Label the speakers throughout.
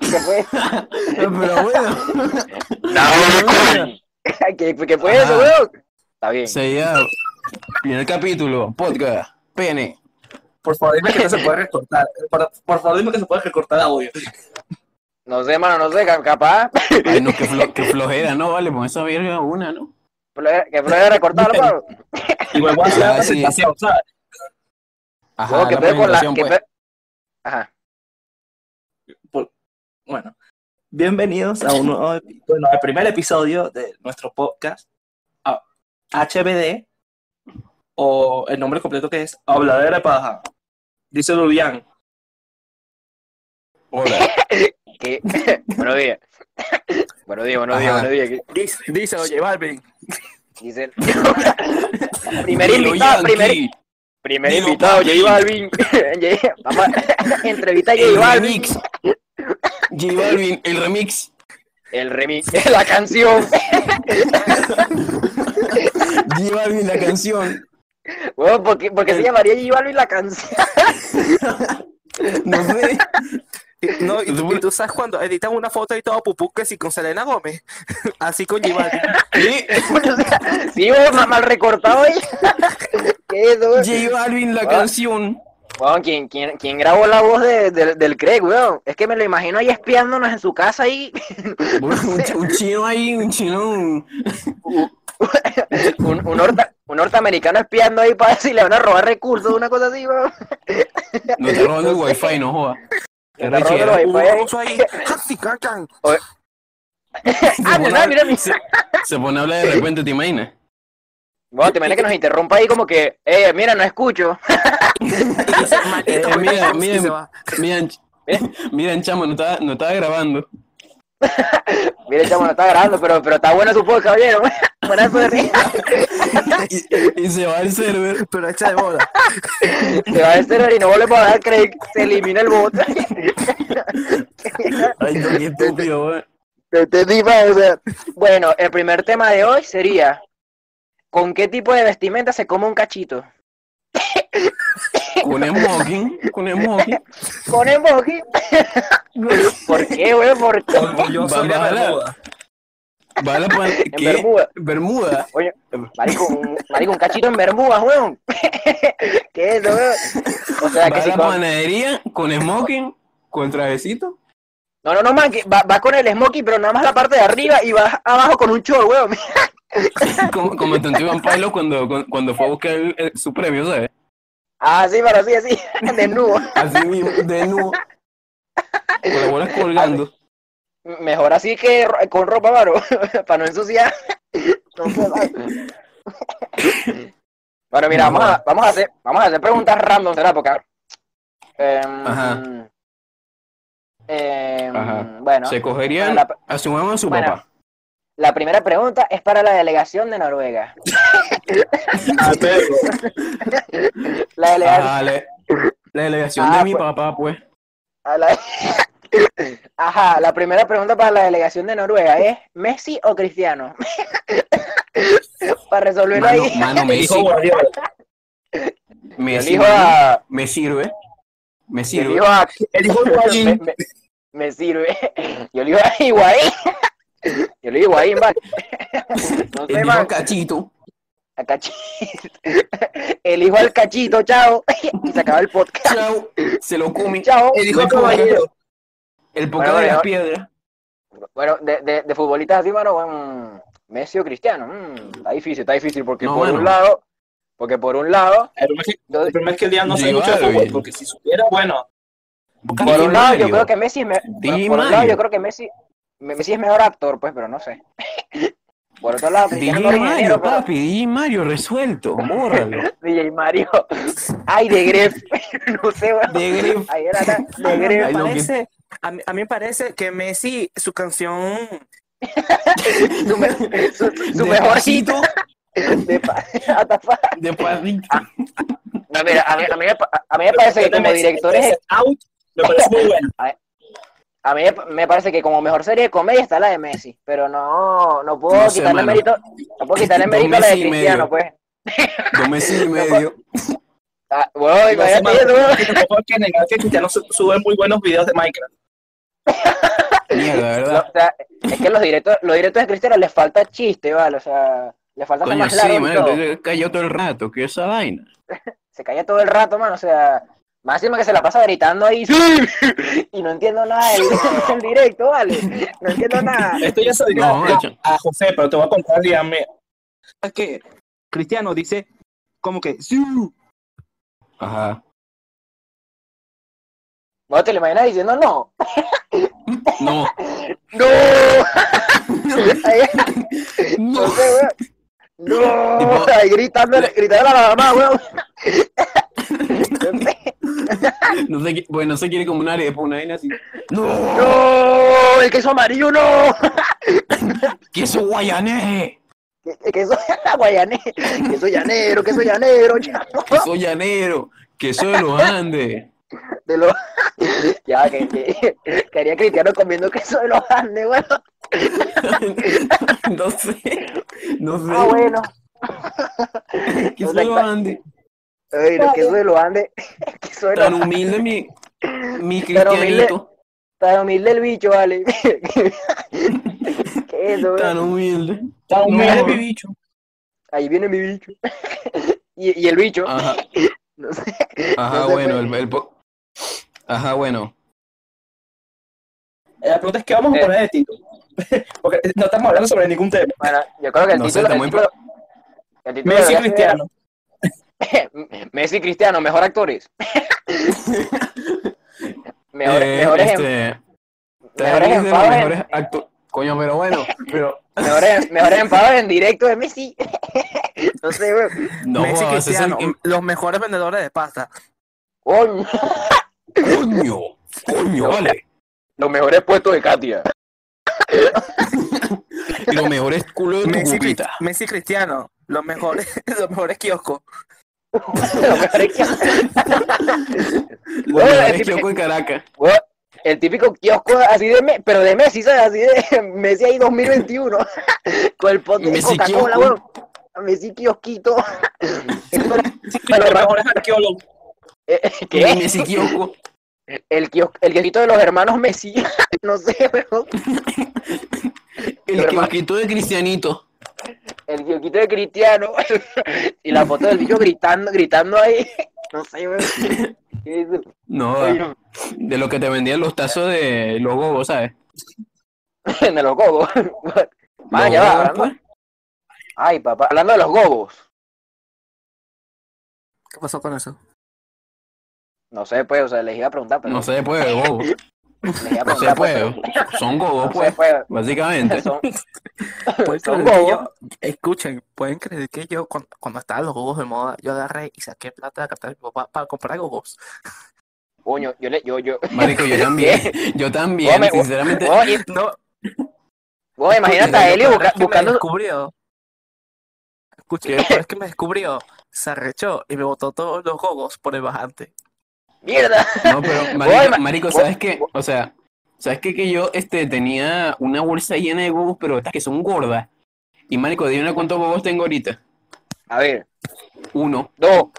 Speaker 1: que fue,
Speaker 2: Pero bueno,
Speaker 3: Dame
Speaker 1: que, que fue eso,
Speaker 2: Ah.
Speaker 1: weón. Está bien.
Speaker 2: se llama primer capítulo, podcast, pene.
Speaker 4: Por favor, dime que no se puede recortar. Por, por favor, dime que se puede recortar audio.
Speaker 1: No sé, mano, no sé, ca- capaz.
Speaker 2: Ay, no, qué, flo- qué flojera, no vale, con esa verga una, ¿no?
Speaker 1: Que fue recortarlo, mano.
Speaker 4: Y vuelvo a hacer la
Speaker 2: Ah, sí.
Speaker 4: presentación, ¿sabes?
Speaker 2: Ajá,
Speaker 1: Luego, que
Speaker 2: la
Speaker 1: pedo con la.
Speaker 2: presentación,
Speaker 1: que
Speaker 2: pues.
Speaker 1: pedo- Ajá.
Speaker 4: Bueno, bienvenidos a un nuevo, epi- bueno, al primer episodio de nuestro podcast a- HBD o el nombre completo que es Habladera de Paja. Dice Lulian.
Speaker 2: Hola.
Speaker 1: Que... buenos días. buenos días, buenos días,
Speaker 2: Ajá.
Speaker 1: buenos días. Que-
Speaker 4: Dice, dice, oye, Balvin.
Speaker 1: Dice el- primer
Speaker 2: Dilo,
Speaker 1: invitado,
Speaker 2: Yankee.
Speaker 1: primer, primer
Speaker 2: Dilo,
Speaker 1: invitado, J
Speaker 2: papi.
Speaker 1: Balvin. J- Vamos a entrevistar a
Speaker 2: El
Speaker 1: J Balvin.
Speaker 2: remix. J Balvin, el remix.
Speaker 1: El remix, la canción.
Speaker 2: J Balvin, la canción.
Speaker 1: Weón, ¿por qué, por qué se llamaría J Balvin la canción?
Speaker 2: No sé.
Speaker 5: No, y,
Speaker 2: Tú-
Speaker 5: y tú sabes cuando editan una foto y todo pupú que sí con Selena Gómez, así con J Balvin.
Speaker 2: ¿Eh?
Speaker 1: Sí, weón, más mal recortado ahí. ¿Qué es eso, weón?
Speaker 2: J Balvin, la
Speaker 1: Ah.
Speaker 2: canción.
Speaker 1: Weón, ¿quién, quién, quién grabó la voz de- del- del Craig, weón? Es que me lo imagino ahí espiándonos en su casa ahí.
Speaker 2: Un, un chino ahí, un chino. un-
Speaker 1: un, un, norta- un norteamericano espiando ahí para ver si le van a robar recursos, una cosa así, weón.
Speaker 2: No te robando el wifi, no joda.
Speaker 1: Te está
Speaker 2: Te
Speaker 1: robando
Speaker 2: rechera.
Speaker 1: el
Speaker 5: Un
Speaker 1: Pues-
Speaker 5: ruso ahí, ¡Hansi Kakan!
Speaker 1: Ah, mira, mira, mira.
Speaker 2: Se pone a hablar de repente, ¿te imaginas?
Speaker 1: Bueno, te imaginas que nos interrumpa ahí como que, eh, mira, no escucho.
Speaker 5: Maldito,
Speaker 2: Eh, mira,
Speaker 5: maldito,
Speaker 2: mira.
Speaker 5: y se va.
Speaker 2: Miren, ch- miren chamo, no estaba, no estaba grabando.
Speaker 1: Mira, chamo, no está grabando, pero, pero está bueno su podcast, ¿oyeron? Buena suerte.
Speaker 2: Y, y se va al server.
Speaker 5: Pero echa de boda.
Speaker 1: Se va a server y no volvemos a dar Craig. Se elimina el bot.
Speaker 2: Ay, no, qué estúpido, weón.
Speaker 1: Te entendí, pa, o sea. Bueno, el primer tema de hoy sería, ¿con qué tipo de vestimenta se come un cachito?
Speaker 2: Con smoking, con smoking.
Speaker 1: Con emoji. ¿Por qué, weón? ¿Por qué?
Speaker 4: Orgulloso de la
Speaker 2: Bájala.
Speaker 4: Bermuda.
Speaker 2: Va a la pan-
Speaker 1: En
Speaker 2: ¿Qué?
Speaker 1: Bermuda.
Speaker 2: Bermuda.
Speaker 1: Oye, marico, un, marico, un cachito en Bermuda, weón. ¿Qué es eso, weón? O sea,
Speaker 2: Va
Speaker 1: Ah, que
Speaker 2: a
Speaker 1: si
Speaker 2: la
Speaker 1: con...
Speaker 2: panadería con smoking, con travesito.
Speaker 1: No, no, no, man, que va, va con el smoking, pero nada más la parte de arriba y vas abajo con un short, weón.
Speaker 2: Como, como el tonto Iván Pablo cuando, cuando, cuando fue a buscar el- el- su premio, ¿sabes?
Speaker 1: Ah, sí, pero sí, así, desnudo.
Speaker 2: Así mismo, de nuevo. Con las bolas
Speaker 1: Ah,
Speaker 2: colgando.
Speaker 1: Mejor así que ro- con ropa, mano, para no ensuciar. Entonces, ah. bueno, mira, vamos a, vamos, a hacer, vamos a hacer preguntas random, ¿será? Porque... em,
Speaker 2: Ajá.
Speaker 1: em,
Speaker 2: Ajá.
Speaker 1: Bueno,
Speaker 2: Se cogerían
Speaker 1: Bueno,
Speaker 2: a su mamá o a su
Speaker 1: bueno.
Speaker 2: papá.
Speaker 1: la primera pregunta es para la delegación de Noruega.
Speaker 4: Ah, perro.
Speaker 1: La delegación...
Speaker 2: Ah, la, la delegación
Speaker 1: Ah,
Speaker 2: de mi
Speaker 1: pues.
Speaker 2: papá, pues.
Speaker 1: A la- Ajá, la primera pregunta para la delegación de Noruega es ¿Messi o Cristiano? para resolverlo
Speaker 2: Mano,
Speaker 1: ahí,
Speaker 2: mano, me
Speaker 4: Hijo
Speaker 2: dice.
Speaker 4: Guardiola.
Speaker 2: Me
Speaker 1: elijo
Speaker 2: sirve.
Speaker 1: a,
Speaker 2: Me sirve. Me
Speaker 1: yo
Speaker 2: sirve.
Speaker 1: elijo a-
Speaker 4: El hijo de
Speaker 1: me,
Speaker 4: Guardiola.
Speaker 1: me- me sirve. Yo elijo a Higuaín. Yo elijo a Higuaín, vale. No sé,
Speaker 2: Elijo
Speaker 1: man,
Speaker 2: a Cachito.
Speaker 1: a Cachito. Elijo al Cachito, chao. Y se acaba el podcast.
Speaker 2: Chao. Se lo come.
Speaker 1: Chao.
Speaker 4: El
Speaker 2: No
Speaker 4: hijo
Speaker 2: hay como-
Speaker 4: caballero.
Speaker 2: El poca
Speaker 1: Bueno,
Speaker 2: de
Speaker 1: bueno.
Speaker 2: las piedras.
Speaker 1: Bueno, de, de, de futbolistas así, mano, mm, Messi o Cristiano. mm, está difícil, está difícil porque
Speaker 2: No,
Speaker 1: por
Speaker 2: mano.
Speaker 1: un lado, porque por un lado,
Speaker 4: El problema es que-
Speaker 1: yo-
Speaker 4: el problema es que el día no sé
Speaker 2: Lleva,
Speaker 4: mucho de fútbol,
Speaker 2: güey.
Speaker 4: porque si supiera, bueno,
Speaker 1: por un lado yo creo que Messi es me-
Speaker 2: Di
Speaker 1: por- por un lado
Speaker 2: Mario.
Speaker 1: yo creo que Messi Me- Messi es mejor actor, pues, pero no sé. Por otro lado,
Speaker 2: DJ
Speaker 1: Cristiano es mejor ingeniero,
Speaker 2: Mario,
Speaker 1: pero-
Speaker 2: papi, DJ Mario, resuelto, bórralo.
Speaker 1: DJ Mario. Ay, de Gref. No sé, weón.
Speaker 2: De Gref.
Speaker 1: Ay, era la-
Speaker 5: A
Speaker 1: de
Speaker 5: mí,
Speaker 1: Gref.
Speaker 5: me
Speaker 2: Ay, no,
Speaker 5: parece, a, mí, a mí me parece que Messi, su canción,
Speaker 1: Su, me- su, su
Speaker 2: De
Speaker 1: mejor
Speaker 2: pasito,
Speaker 1: hit de pa- hasta fa-
Speaker 2: de pasito.
Speaker 1: No, mira, a mí, a mí me pa- a mí me parece que como directores,
Speaker 4: out, me parece muy bueno.
Speaker 1: a mí me parece que como mejor serie de comedia está la de Messi, pero no, no puedo
Speaker 2: No sé,
Speaker 1: quitarle
Speaker 2: mano.
Speaker 1: mérito, no puedo quitarle
Speaker 2: Dos
Speaker 1: mérito a la de
Speaker 2: Messi y medio.
Speaker 1: Cristiano, pues.
Speaker 2: Dos meses y medio.
Speaker 1: Ah, bueno,
Speaker 4: No sé,
Speaker 1: imagínate
Speaker 4: mano,
Speaker 1: eso, weón.
Speaker 2: Ah.
Speaker 4: Este Tampoco hay que negar que Cristiano su- sube muy buenos videos de Minecraft.
Speaker 2: Mierda, ¿verdad?
Speaker 1: O sea, es que los directos, los directos de Cristiano les falta chiste, ¿vale? O sea, les falta ser
Speaker 2: Coño,
Speaker 1: más
Speaker 2: sí,
Speaker 1: largo y
Speaker 2: man,
Speaker 1: todo.
Speaker 2: entonces cayó todo el rato, que esa vaina.
Speaker 1: Se calla todo el rato, mano, o sea, más encima que se la pasa gritando ahí, ¡sí! y no entiendo nada del, del directo, ¿vale? No entiendo nada.
Speaker 4: Esto ya se
Speaker 2: No,
Speaker 4: no, a,
Speaker 2: hecho.
Speaker 4: a José, pero te voy a contar, dígame. Es que Cristiano dice como que "Siu".
Speaker 2: Ajá.
Speaker 1: No te lo imaginas diciendo no.
Speaker 2: No,
Speaker 1: ¡No! Ahí-
Speaker 2: no.
Speaker 1: no sé, weón. No,
Speaker 2: Tipo-
Speaker 1: ahí gritándole, gritándole a la mamá, weón.
Speaker 2: No sé, qué- bueno, no sé quiere como una arepa, una vaina así. No,
Speaker 1: ¡No! ¡El queso amarillo no!
Speaker 2: que eso guayanés,
Speaker 1: ¡El queso guayanés! ¡Queso llanero, queso llanero! ya.
Speaker 2: que soy llanero, que soy de los Andes.
Speaker 1: de los ya que, que quería Cristiano comiendo queso de los Andes bueno
Speaker 2: No sé, no sé.
Speaker 1: ah bueno
Speaker 2: que soy de los Andes.
Speaker 1: Ay, los quesos de los Andes queso de los
Speaker 2: Tan
Speaker 1: Andes
Speaker 2: humilde mi, mi
Speaker 1: Tan humilde.
Speaker 2: cristianito.
Speaker 1: tan humilde el bicho vale queso
Speaker 2: Tan
Speaker 1: weón.
Speaker 2: humilde.
Speaker 4: Está
Speaker 2: No.
Speaker 4: humilde mi bicho.
Speaker 1: ahí viene mi bicho y, y el bicho
Speaker 2: Ajá,
Speaker 1: no sé pues.
Speaker 2: ajá,
Speaker 1: No se
Speaker 2: bueno,
Speaker 1: puede.
Speaker 2: el, el po- Ajá, bueno.
Speaker 4: La pregunta es qué vamos a
Speaker 1: Eh.
Speaker 4: poner de título. Porque no estamos hablando sobre ningún tema.
Speaker 1: bueno yo creo que el
Speaker 2: No sé,
Speaker 1: título,
Speaker 2: está
Speaker 1: el
Speaker 2: muy
Speaker 1: título- el título
Speaker 4: Messi
Speaker 1: debería ser-
Speaker 4: Cristiano.
Speaker 1: Messi Cristiano mejor actores mejor, em- eh.
Speaker 2: Eh,
Speaker 1: mejores en-
Speaker 2: este, te
Speaker 1: mejores
Speaker 2: ríes de los
Speaker 1: enfados en-
Speaker 2: mejores acto- Coño, pero bueno, pero.
Speaker 1: mejores mejores empados em- en directo de Messi no sé weón.
Speaker 2: No,
Speaker 5: Messi
Speaker 2: jodas, ese es el
Speaker 5: Cristiano,
Speaker 2: que-
Speaker 5: los mejores vendedores de pasta.
Speaker 1: Coño,
Speaker 2: Coño, coño, vale.
Speaker 1: los mejores puestos de Katia.
Speaker 2: Y lo mejor es culo de tu
Speaker 5: Messi,
Speaker 2: pupita.
Speaker 5: Cri- Messi Cristiano, los mejores, los mejores kioscos.
Speaker 1: Los mejores que-
Speaker 2: Lo mejor
Speaker 1: Oye,
Speaker 2: es Kyoko en Caracas.
Speaker 1: Weón, El típico kiosco así de Me- pero de Messi, ¿sabes? Así de Messi ahí 2021. Con el pote de
Speaker 2: Messi
Speaker 1: Coca-Cola, weón.
Speaker 2: kiosco.
Speaker 1: Messi kiosquito. Esto era-
Speaker 4: Los mejores arqueólogos.
Speaker 1: eh, eh,
Speaker 2: Y
Speaker 1: ¿Qué?
Speaker 2: Messi Kyoko.
Speaker 1: El, kios- el kiosquito de los hermanos Messi. No sé, weón.
Speaker 2: El
Speaker 1: Pero,
Speaker 2: kiosquito de Cristianito.
Speaker 1: El kiosquito de Cristiano. Y la foto del bicho gritando, gritando ahí. No sé, weón. ¿Qué es eso?
Speaker 2: No,
Speaker 1: Oye,
Speaker 2: de lo que te vendían los tazos de los gogos, ¿sabes?
Speaker 1: Me lo cogo. Vaya,
Speaker 2: Los
Speaker 1: Ah, va,
Speaker 2: pues? gogos,
Speaker 1: hablando- Ay, papá. Hablando de los gobos.
Speaker 5: ¿Qué pasó con eso?
Speaker 1: No sé, pues, o sea, les iba a preguntar,
Speaker 2: pues.
Speaker 1: pero.
Speaker 2: No se puede, gogo.
Speaker 1: les iba a
Speaker 2: No se
Speaker 1: preguntar, pues,
Speaker 2: puede.
Speaker 1: pero-
Speaker 2: Son gogos,
Speaker 1: no
Speaker 2: pues,
Speaker 1: se puede.
Speaker 2: básicamente.
Speaker 1: Son-
Speaker 5: Pueden
Speaker 1: Son
Speaker 5: creer que
Speaker 1: bobos.
Speaker 5: yo- escuchen, pueden creer que yo cuan- cuando, estaban los gogos de moda, yo agarré y saqué plata de la cartera de mi papá para comprar gogos.
Speaker 1: Coño, yo le. Yo, yo.
Speaker 2: Marico, yo también. Yo también,
Speaker 1: Come,
Speaker 2: sinceramente.
Speaker 1: Vos, y-
Speaker 5: No,
Speaker 1: vos imagínate
Speaker 5: Mira,
Speaker 1: a
Speaker 5: lo
Speaker 1: Eli
Speaker 5: peor
Speaker 1: busca-
Speaker 5: es que me
Speaker 1: buscando.
Speaker 5: descubrió. Escucha,
Speaker 2: ¿Qué?
Speaker 5: lo peor es que me descubrió, se arrechó y me botó todos los gogos por el bajante.
Speaker 1: ¡Mierda!
Speaker 2: No, pero
Speaker 1: Oye,
Speaker 2: marico,
Speaker 1: ma-
Speaker 2: marico, ¿sabes qué? O sea, ¿sabes qué? Que yo este, tenía una bolsa llena de gogos, pero estas que son gordas. Y marico, dime cuántos gogos tengo ahorita.
Speaker 1: A ver,
Speaker 2: Uno.
Speaker 1: dos.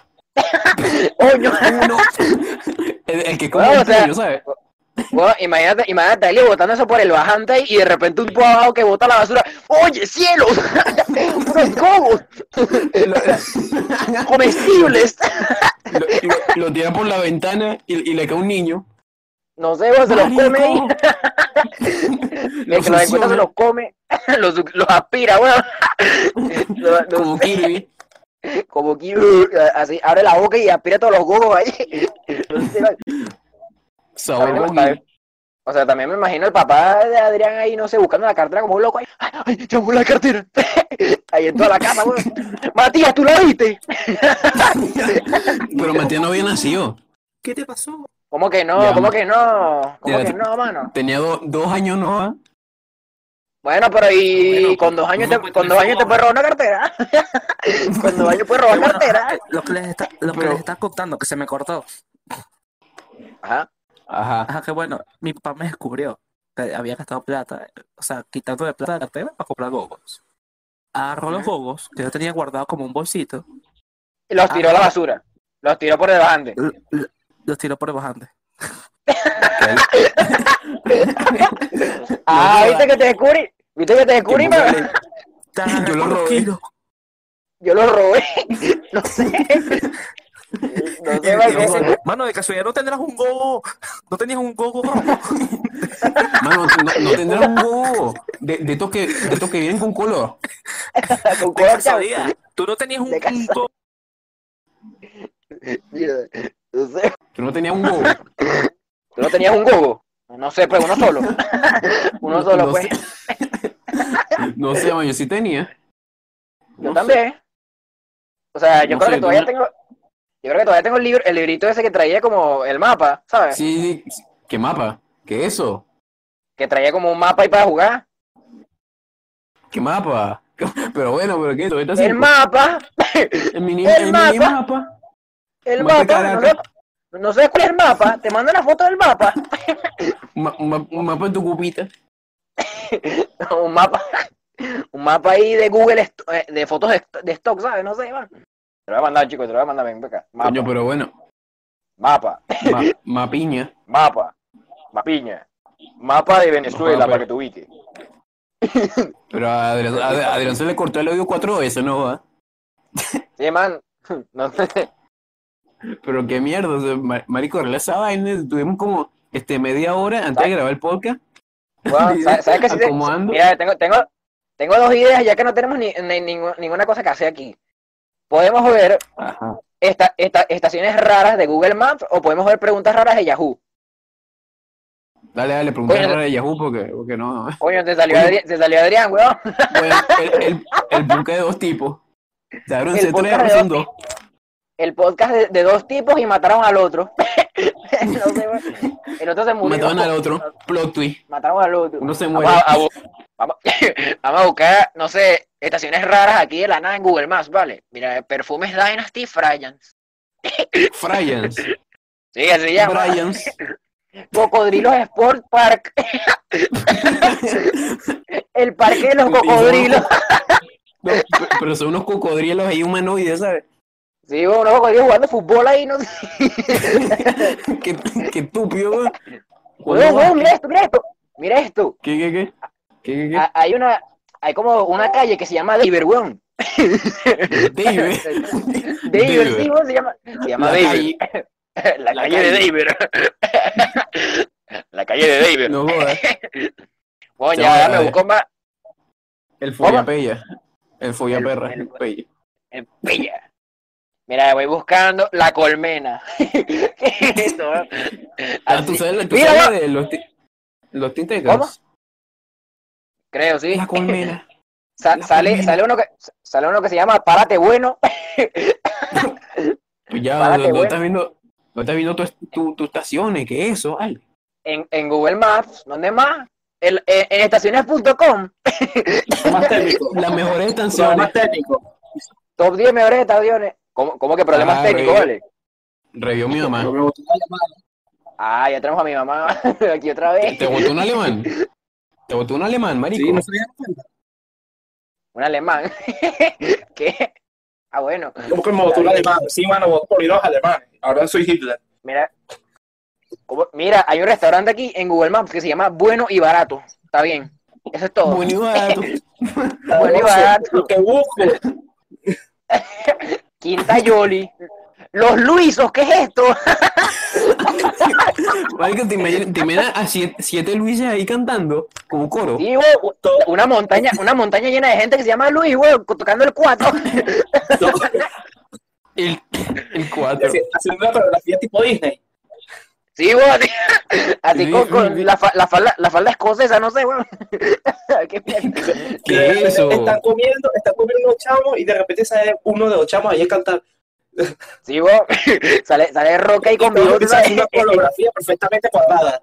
Speaker 1: Coño.
Speaker 2: Uno. El, el que como
Speaker 1: Bueno,
Speaker 2: un
Speaker 1: o sea,
Speaker 2: puño, ¿sabes?
Speaker 1: Vos, imagínate, imagínate a Eli botando eso por el bajante y de repente un tipo abajo que bota la basura. ¡Oye, cielos! ¡Unos gobos! ¡Comestibles!
Speaker 2: Lo, lo- lo tira por la ventana y, y le cae un niño.
Speaker 1: No sé, vos se los come ahí.
Speaker 2: Marico.
Speaker 1: El que los encuentra se
Speaker 2: fusiona
Speaker 1: los come, los, los aspira, weón. Los- los-
Speaker 2: como Kirby.
Speaker 1: como que uh, así, abre la boca y aspira todos los gogos ahí. No sé, vale.
Speaker 2: Sabor
Speaker 1: También- ¿eh?
Speaker 2: Gogi.
Speaker 1: O sea, también me imagino el papá de Adrián ahí, no sé, buscando la cartera como un loco ahí. ¡Ay, ay, llamó la cartera! ahí en toda la casa, weón. Matías, ¿tú la viste?
Speaker 2: Pero Matías no había nacido.
Speaker 5: ¿Qué te pasó?
Speaker 1: ¿Cómo que no?
Speaker 2: Ya,
Speaker 1: ¿Cómo
Speaker 2: ma-
Speaker 1: que no? ¿Cómo
Speaker 2: Ya,
Speaker 1: que
Speaker 2: te-
Speaker 1: no, mano?
Speaker 2: Tenía do- dos años no. ¿ah?
Speaker 1: Bueno, pero y
Speaker 5: Bueno,
Speaker 1: con dos años,
Speaker 5: no
Speaker 1: te,
Speaker 5: me
Speaker 1: con dos años te
Speaker 5: cuentes
Speaker 1: puedes robar una cartera. con dos años puedes robar
Speaker 5: Pero bueno,
Speaker 1: cartera.
Speaker 5: Lo que les está, lo que
Speaker 2: Pero-
Speaker 5: les está contando, que se me cortó.
Speaker 1: Ajá.
Speaker 2: Ajá.
Speaker 5: Ajá, que bueno, mi papá me descubrió que había gastado plata, o sea, quitando de plata de la cartera para comprar gogos. Agarró los gogos que yo tenía guardado como un bolsito,
Speaker 1: Y los tiró a la basura. Los tiró por debajo.
Speaker 5: l- l- los tiró por el bajante.
Speaker 1: Ah, viste que te descubrí. Viste que te descubrí,
Speaker 2: Que
Speaker 1: pero
Speaker 2: Google- Yo lo robé.
Speaker 5: Tranquilo.
Speaker 1: yo lo robé. No sé. No sé,
Speaker 5: Y yo,
Speaker 1: vale.
Speaker 5: Mano, de casualidad no tendrás un gogo. No tenías un gogo rojo.
Speaker 2: Mano, no, no tendrás un huevo de, de, estos que, de estos que vienen con color.
Speaker 1: Con
Speaker 5: De
Speaker 1: color chao.
Speaker 5: casualidad. Tú no tenías un,
Speaker 1: De
Speaker 5: un gogo.
Speaker 1: Mierda. No sé.
Speaker 2: Tú no tenías un huevo.
Speaker 1: ¿Tú no tenías un gogo? No sé, pues uno solo. Uno solo,
Speaker 2: no
Speaker 1: pues.
Speaker 2: sé. No sé, mano, yo sí tenía.
Speaker 1: Yo
Speaker 2: No sé.
Speaker 1: también. O sea, yo
Speaker 2: No
Speaker 1: creo
Speaker 2: sé,
Speaker 1: que todavía
Speaker 2: tú-
Speaker 1: tengo. Yo creo que todavía tengo el libro, el librito ese que traía como el mapa, ¿sabes?
Speaker 2: Sí, sí. ¿Qué mapa? ¿Qué eso?
Speaker 1: Que traía como un mapa ahí para jugar.
Speaker 2: ¿Qué mapa? Pero bueno, pero ¿qué? Todavía está
Speaker 1: El
Speaker 2: así.
Speaker 1: mapa,
Speaker 2: El mini,
Speaker 1: el
Speaker 2: el
Speaker 1: mapa.
Speaker 2: mini mapa.
Speaker 1: el
Speaker 2: Mapa de
Speaker 1: mapa, no sé,
Speaker 2: Caracas.
Speaker 1: no sé cuál es el mapa, te mando una foto del mapa.
Speaker 2: Ma- ma- un mapa en tu cupita.
Speaker 1: un mapa, un mapa ahí de Google est- eh, de fotos de, de stock, ¿sabes? No sé, Iván. Te lo voy a mandar, chicos, te lo voy a mandar, ven para acá. Mapa,
Speaker 2: Coño, pero bueno.
Speaker 1: mapa,
Speaker 2: Ma, mapiña.
Speaker 1: mapa, mapiña, mapa de Venezuela
Speaker 2: Mapa.
Speaker 1: para que te ubiques.
Speaker 2: Pero a Adrián, a Adrián- a Adrián se le cortó el audio cuatro veces, ¿no? Ah, va?
Speaker 1: Sí, man, no sé.
Speaker 2: Pero qué mierda, o sea, ma- marico, arregla esa vaina, tuvimos como este media hora antes de grabar el podcast,
Speaker 1: Bueno, Ah, ¿sabes, sabes que sí te-
Speaker 2: acomodando.
Speaker 1: Mira, tengo, tengo, tengo dos ideas, ya que no tenemos ni, ni- ninguna- ninguna cosa que hacer aquí. Podemos ver
Speaker 2: Ajá.
Speaker 1: esta, esta, estaciones raras de Google Maps o podemos ver preguntas raras de Yahoo.
Speaker 2: Dale, dale, pregunta
Speaker 1: Oye,
Speaker 2: rara de Yahoo porque, porque no.
Speaker 1: Coño, te salió,
Speaker 2: Oye.
Speaker 1: Adri- te salió Adrián, weón.
Speaker 2: Bueno, el, el, el podcast de dos tipos. Se abre un
Speaker 1: El
Speaker 2: C3
Speaker 1: podcast
Speaker 2: ahora
Speaker 1: de
Speaker 2: son dos.
Speaker 1: El podcast de, de dos tipos y mataron al otro. No sé, weón. el otro se murió.
Speaker 2: Mataron al otro. Plot twist.
Speaker 1: Mataron al otro.
Speaker 2: Uno se
Speaker 1: Vamos
Speaker 2: muere.
Speaker 1: a, a bu- vamos- vamos a buscar, no sé, estaciones raras aquí de la nada en Google Maps, ¿vale? Mira, perfumes Dynasty Fryans.
Speaker 2: Fryans.
Speaker 1: Sí, así se llama.
Speaker 2: Bryans.
Speaker 1: Cocodrilos Sport Park. El parque de los cocodrilos.
Speaker 2: No, pe- pero son unos cocodrilos ahí humanoides, ¿sabes?
Speaker 1: Sí, bueno, unos cocodrilos jugando fútbol ahí, no sé.
Speaker 2: Qué, qué estúpido, güey.
Speaker 1: Weón, weón, mira esto, mira esto. Mira esto.
Speaker 2: ¿Qué, qué, qué? ¿Qué, qué,
Speaker 1: Ha- Hay una, hay como una calle que se llama Diver, weón.
Speaker 2: qué? Dave.
Speaker 1: Diver,
Speaker 2: Diver.
Speaker 1: sí, weón, se llama. Se llama
Speaker 2: La
Speaker 1: Diver. La, calle de
Speaker 2: calle.
Speaker 1: Diver. La calle de Diver.
Speaker 2: No jodas.
Speaker 1: Bueno,
Speaker 2: Se
Speaker 1: ya, ya
Speaker 2: llama-
Speaker 1: me busco más.
Speaker 2: El follapeya. El follaperra.
Speaker 1: El-
Speaker 2: El,
Speaker 1: el-
Speaker 2: peya.
Speaker 1: Eh, Pilla. Mira, voy buscando la colmena. ¿Qué es esto? weón?
Speaker 2: Ah, tú
Speaker 1: Así-
Speaker 2: sabes, tú
Speaker 1: Mira,
Speaker 2: sabes
Speaker 1: weón.
Speaker 2: de los, ti- los Teen Tigers?
Speaker 1: ¿Cómo? Creo, sí.
Speaker 2: La colmena.
Speaker 1: Sa-
Speaker 2: la
Speaker 1: sale,
Speaker 2: colmena.
Speaker 1: sale, uno que, sale uno que se llama Párate Bueno.
Speaker 2: Pues ya,
Speaker 1: Párate,
Speaker 2: no, no
Speaker 1: güey.
Speaker 2: estás viendo, no estás viendo tus tu, tus estaciones, que eso, vale.
Speaker 1: en, en Google Maps, ¿dónde más? El- eh, en, en estaciones.com,
Speaker 4: Más técnico.
Speaker 2: Las mejores
Speaker 4: Pero
Speaker 2: estaciones.
Speaker 4: más técnico.
Speaker 1: top 10 mejores estaciones. ¿Cómo, cómo que problemas
Speaker 2: Ah,
Speaker 1: técnicos,
Speaker 2: rey.
Speaker 1: vale?
Speaker 2: Revió mi
Speaker 4: Pero
Speaker 2: mamá.
Speaker 4: me botó la llamada.
Speaker 1: Ah, ya tenemos a mi mamá aquí otra
Speaker 2: ¿Te,
Speaker 1: vez.
Speaker 4: Este
Speaker 2: te botó un alemán? ¿Te botó un alemán, marico?
Speaker 4: Sí, no se dieron cuenta.
Speaker 1: Un alemán. ¿Qué? Ah, bueno.
Speaker 4: ¿Cómo que me votó un alemán? Sí, mano, votó por ir a los alemanes. Ahora soy Hitler.
Speaker 1: Mira, ¿cómo? mira, hay un restaurante aquí en Google Maps que se llama Bueno y Barato. Está bien. Eso es todo.
Speaker 2: Bueno, y barato.
Speaker 1: Bueno y barato.
Speaker 4: Lo que busco.
Speaker 1: Quinta Yoli. Los Luisos, ¿qué es esto?
Speaker 2: Marico, te imaginas, te imaginas a siete, siete Luises ahí cantando, como coro.
Speaker 1: Sí, weón, una montaña, una montaña llena de gente que se llama Luis, weón, tocando el cuatro.
Speaker 2: El, el cuatro.
Speaker 4: Haciendo una coreografía tipo Disney.
Speaker 1: Sí, weón, así, así
Speaker 2: Sí,
Speaker 1: con, con
Speaker 2: sí.
Speaker 1: la, fa- la falda, la falda escocesa, no sé, weón. Qué mierda.
Speaker 2: ¿Qué es eso?
Speaker 4: Están comiendo, están comiendo unos chamos y de repente sale uno de los chamos ahí a cantar.
Speaker 1: Sí, weón, sale, sale Roca ahí con bigote,
Speaker 4: Esa es una
Speaker 1: ¿sabes? Eh,
Speaker 4: coreografía perfectamente cuadrada,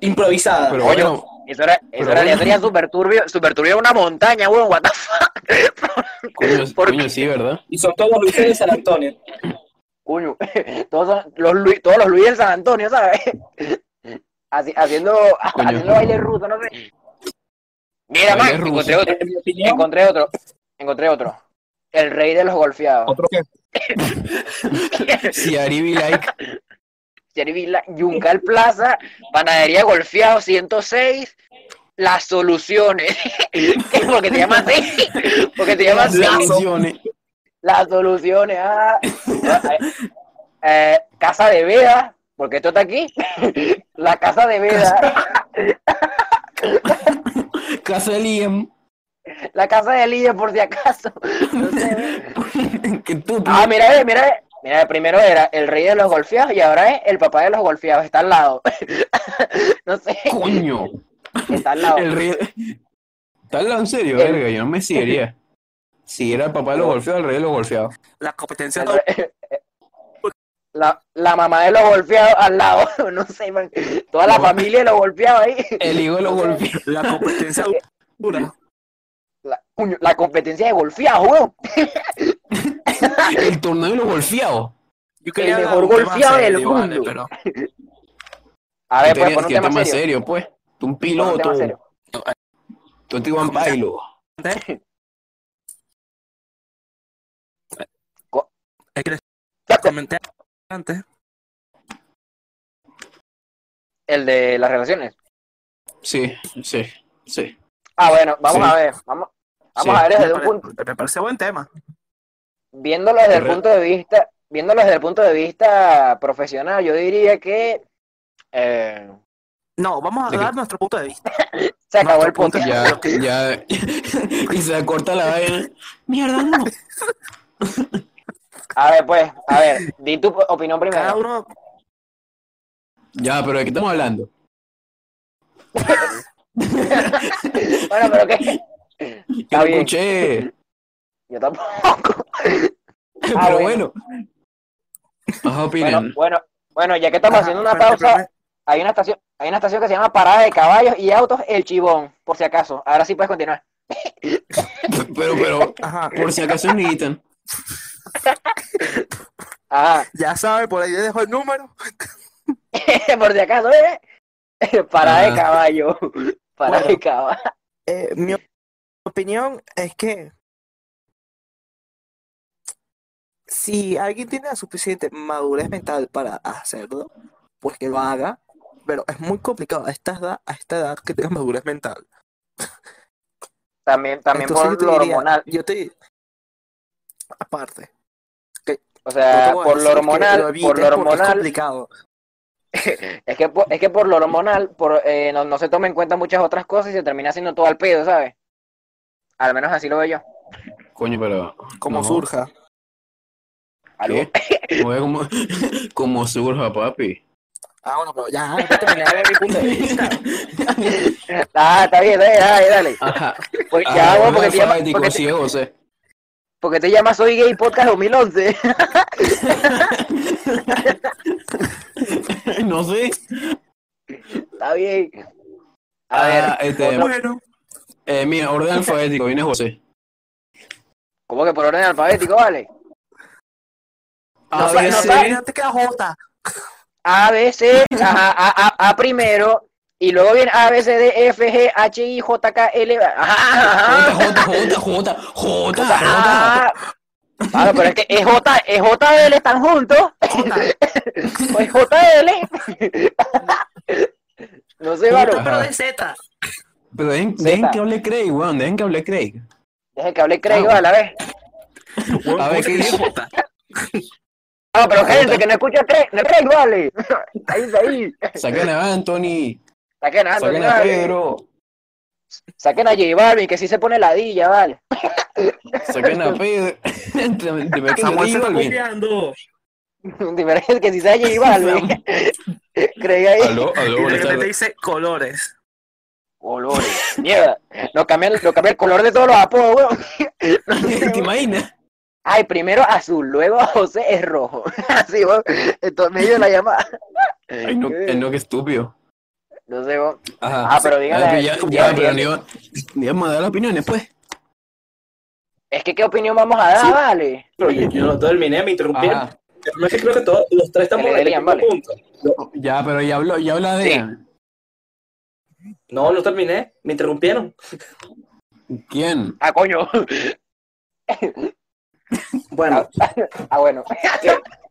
Speaker 4: improvisada.
Speaker 2: Pero
Speaker 1: Coño,
Speaker 2: bueno,
Speaker 1: Eso era, eso
Speaker 2: Pero
Speaker 1: era
Speaker 2: bueno.
Speaker 1: aleatoria super turbio, super turbio una montaña, weón, what the fuck.
Speaker 2: coño,
Speaker 1: ¿por
Speaker 2: coño, sí, ¿verdad?
Speaker 4: y son todos Luises de San Antonio.
Speaker 1: Coño, todos, son- los, Lu- todos los Luis del San Antonio, ¿sabes? Así- haciendo,
Speaker 2: Coño.
Speaker 1: haciendo baile ruso, no sé. Mira,
Speaker 2: Baile
Speaker 1: man,
Speaker 2: ruso.
Speaker 1: encontré otro,
Speaker 4: En mi opinión,
Speaker 1: encontré otro, encontré otro. El rey de los golfeados.
Speaker 4: otro que
Speaker 2: Si Ari be like,
Speaker 1: Servila, Yuncal Plaza, Panadería Golfeado 106, Las Soluciones. porque te llamas así. Porque te llamas así.
Speaker 2: Soluciones.
Speaker 1: Las Soluciones. ah. Eh, casa de Veda, porque esto está aquí. La Casa de Veda.
Speaker 2: Casa de Liam.
Speaker 1: La Casa de Lidia, por si acaso. No sé.
Speaker 2: que tú.
Speaker 1: Ah, mira, eh, mira, eh. mira, primero era el rey de los golfeados y ahora es el papá de los golfeados, está al lado. no sé,
Speaker 2: Coño.
Speaker 1: está al lado.
Speaker 2: El rey. Está al lado, en serio,
Speaker 1: El-
Speaker 2: verga. Yo no me seguiría. Si era el papá de los golfeados, el rey de los golfeados.
Speaker 5: La competencia
Speaker 1: El re- La, la mamá de los golfeados al lado, no sé, man. toda la
Speaker 2: No.
Speaker 1: familia de los golfeados ahí.
Speaker 2: El hijo de los golfeados.
Speaker 5: la competencia dura.
Speaker 1: La, coño, la competencia de golfeados, weón.
Speaker 2: El torneo de los golfeados.
Speaker 5: Yo
Speaker 4: Eh,
Speaker 1: El
Speaker 5: hablar
Speaker 1: mejor
Speaker 5: de un tema
Speaker 1: golfeado
Speaker 5: serio,
Speaker 1: del
Speaker 5: vale,
Speaker 1: mundo.
Speaker 5: pero
Speaker 1: A ver,
Speaker 2: Tú
Speaker 1: pues,
Speaker 2: tenías
Speaker 1: pon un
Speaker 2: que ir
Speaker 1: tema
Speaker 2: más
Speaker 1: serio.
Speaker 2: serio, pues. Tú un
Speaker 1: pon un
Speaker 2: piloto.
Speaker 1: tema serio.
Speaker 2: Tú te ibas
Speaker 5: ¿Cómo se
Speaker 2: bailo.
Speaker 5: es que les
Speaker 1: pues.
Speaker 5: comenté antes.
Speaker 1: El de las relaciones.
Speaker 2: Sí, sí, sí.
Speaker 1: Ah, bueno, vamos
Speaker 2: Sí.
Speaker 1: a ver, vamos, vamos
Speaker 2: Sí.
Speaker 1: a ver
Speaker 5: Me,
Speaker 1: desde un
Speaker 5: pare-
Speaker 1: punto,
Speaker 5: me parece buen tema.
Speaker 1: viéndolo desde el
Speaker 2: Correcto.
Speaker 1: punto de vista, viéndolo desde el punto de vista profesional, yo diría que eh,
Speaker 5: No, vamos
Speaker 2: ¿De
Speaker 5: a
Speaker 2: qué?
Speaker 5: dar nuestro punto de vista.
Speaker 1: se acabó
Speaker 5: Nuestro
Speaker 1: el punto.
Speaker 5: punto
Speaker 2: Ya, ya. y se corta la vaina. Mierda, no.
Speaker 1: A ver, pues, a ver, di tu opinión
Speaker 5: Cada
Speaker 1: primero.
Speaker 5: uno
Speaker 2: Ya, pero ¿de qué estamos hablando?
Speaker 1: Bueno, pero que
Speaker 2: Yo
Speaker 1: Está
Speaker 2: no
Speaker 1: bien.
Speaker 2: escuché.
Speaker 1: yo tampoco.
Speaker 2: pero
Speaker 1: Ah, bueno.
Speaker 2: bueno. Ajá,
Speaker 1: Bueno,
Speaker 2: opinan.
Speaker 1: bueno, bueno, ya que estamos
Speaker 5: Ajá,
Speaker 1: haciendo una
Speaker 5: espérate,
Speaker 1: pausa,
Speaker 5: espérate.
Speaker 1: hay una estación, hay una estación que se llama Parada de Caballos y Autos El Chibón, por si acaso. Ahora sí puedes continuar.
Speaker 2: Pero, pero,
Speaker 5: Ajá.
Speaker 2: por si acaso necesitan.
Speaker 1: Ah,
Speaker 5: Ya sabe, por ahí les dejo el número.
Speaker 1: por si acaso, ¿eh? Parada de
Speaker 2: Ajá.
Speaker 1: caballo. Parada de
Speaker 5: Bueno.
Speaker 1: caballo.
Speaker 5: Eh, mi opinión es que si alguien tiene la suficiente madurez mental para hacerlo, pues que lo haga. Pero es muy complicado a esta edad, a esta edad que tengas madurez mental.
Speaker 1: También, también
Speaker 5: Entonces yo
Speaker 1: por
Speaker 5: te
Speaker 1: lo
Speaker 5: diría-
Speaker 1: hormonal.
Speaker 5: Yo te... Aparte.
Speaker 1: O
Speaker 5: no te
Speaker 1: sea,
Speaker 5: voy a
Speaker 1: Ah, por lo
Speaker 5: decir que lo
Speaker 1: hormonal,
Speaker 5: evites
Speaker 1: por lo
Speaker 5: porque es
Speaker 1: hormonal,
Speaker 5: complicado.
Speaker 1: es que por, es que por lo hormonal, por, eh, no, no se toma en cuenta muchas otras cosas y se termina haciendo todo al pedo, ¿sabes? Al menos así lo veo yo.
Speaker 2: Coño, pero.
Speaker 5: Como
Speaker 2: No.
Speaker 5: surja.
Speaker 1: Aló.
Speaker 2: ¿Qué? Oye, Como, como surja, papi.
Speaker 5: Ah, bueno, pero ya, ya terminé de ver mi punto de vista.
Speaker 1: Ah, está bien, dale, dale, dale.
Speaker 2: Ajá.
Speaker 1: Pues
Speaker 2: Ah,
Speaker 1: ya, bueno,
Speaker 2: bueno,
Speaker 1: porque te, llamas,
Speaker 2: alfabético,
Speaker 1: porque, te,
Speaker 2: sí, José.
Speaker 1: porque te llamas Soy Gay Podcast 2011.
Speaker 2: No sé.
Speaker 1: está bien. A ver,
Speaker 2: Ah, este,
Speaker 1: otro-
Speaker 5: Bueno,
Speaker 2: eh, mira, orden alfabético, viene José.
Speaker 1: ¿cómo que por orden alfabético, vale?
Speaker 2: A,
Speaker 1: sabe,
Speaker 2: B,
Speaker 1: no
Speaker 2: C,
Speaker 1: sabe.
Speaker 5: ya te queda Jota.
Speaker 1: A, B, C, ajá, A, A, A primero, y luego viene A, B, C, D, E, F, G, H, I, J, K, L, ajá, ajá, ajá.
Speaker 2: J, J, J, J, J.
Speaker 1: Ah, claro, pero es que es J, es JL, están juntos. Pues JL. No sé, varón.
Speaker 5: Pero de Z.
Speaker 2: Pero dejen,
Speaker 1: Zeta.
Speaker 2: dejen que hable Craig, weón, dejen que hable Craig.
Speaker 1: Dejen que hable Craig a la vez.
Speaker 2: A ver, ¿qué dijo?
Speaker 1: Ah, pero gente que no escucha Craig, no es Craig, vale. Ahí, ahí.
Speaker 2: Saquen a Anthony,
Speaker 1: Saquen a Anthony,
Speaker 2: saquen a
Speaker 1: vale.
Speaker 2: Pedro,
Speaker 1: Saquen a J Balvin, que sí se pone ladilla, vale.
Speaker 2: saquen a Pedro. Dime- Dime que yo
Speaker 5: Samuel se
Speaker 2: digo,
Speaker 5: está
Speaker 2: Alvin.
Speaker 5: copiando.
Speaker 1: Diferente que si sea J Balvin. Craig ahí.
Speaker 2: Aló, aló,
Speaker 5: Y de
Speaker 2: buenas
Speaker 5: repente
Speaker 2: tardes.
Speaker 5: dice colores.
Speaker 1: Colores. Mierda. Nos cambian, nos cambian el color de todos los apodos, weón.
Speaker 2: ¿Te imaginas?
Speaker 1: Ay, primero azul, luego José es rojo. Así, weón. Entonces, medio de la llamada.
Speaker 2: Ay, no, eh, no, qué estúpido.
Speaker 1: No sé, weón.
Speaker 2: Ajá.
Speaker 1: Ah, pero
Speaker 2: A ver, pues
Speaker 1: dígale.
Speaker 2: ya,
Speaker 1: dígale,
Speaker 2: ya, pero
Speaker 1: dígale.
Speaker 2: ni va- ni vamos a dar opiniones, pues.
Speaker 1: Es que, ¿qué opinión vamos a dar,
Speaker 4: Sí.
Speaker 1: vale?
Speaker 4: Pero yo, yo no terminé, me interrumpieron.
Speaker 2: Ajá.
Speaker 4: El problema es que creo que todos los tres estamos
Speaker 1: Que le
Speaker 4: en el
Speaker 1: digan,
Speaker 4: mismo
Speaker 1: vale.
Speaker 4: punto.
Speaker 2: Ya, pero ya habló, ya habla de
Speaker 4: No, no terminé, me interrumpieron.
Speaker 2: quién.
Speaker 1: Ah, coño.
Speaker 4: Bueno,
Speaker 1: Ah, bueno.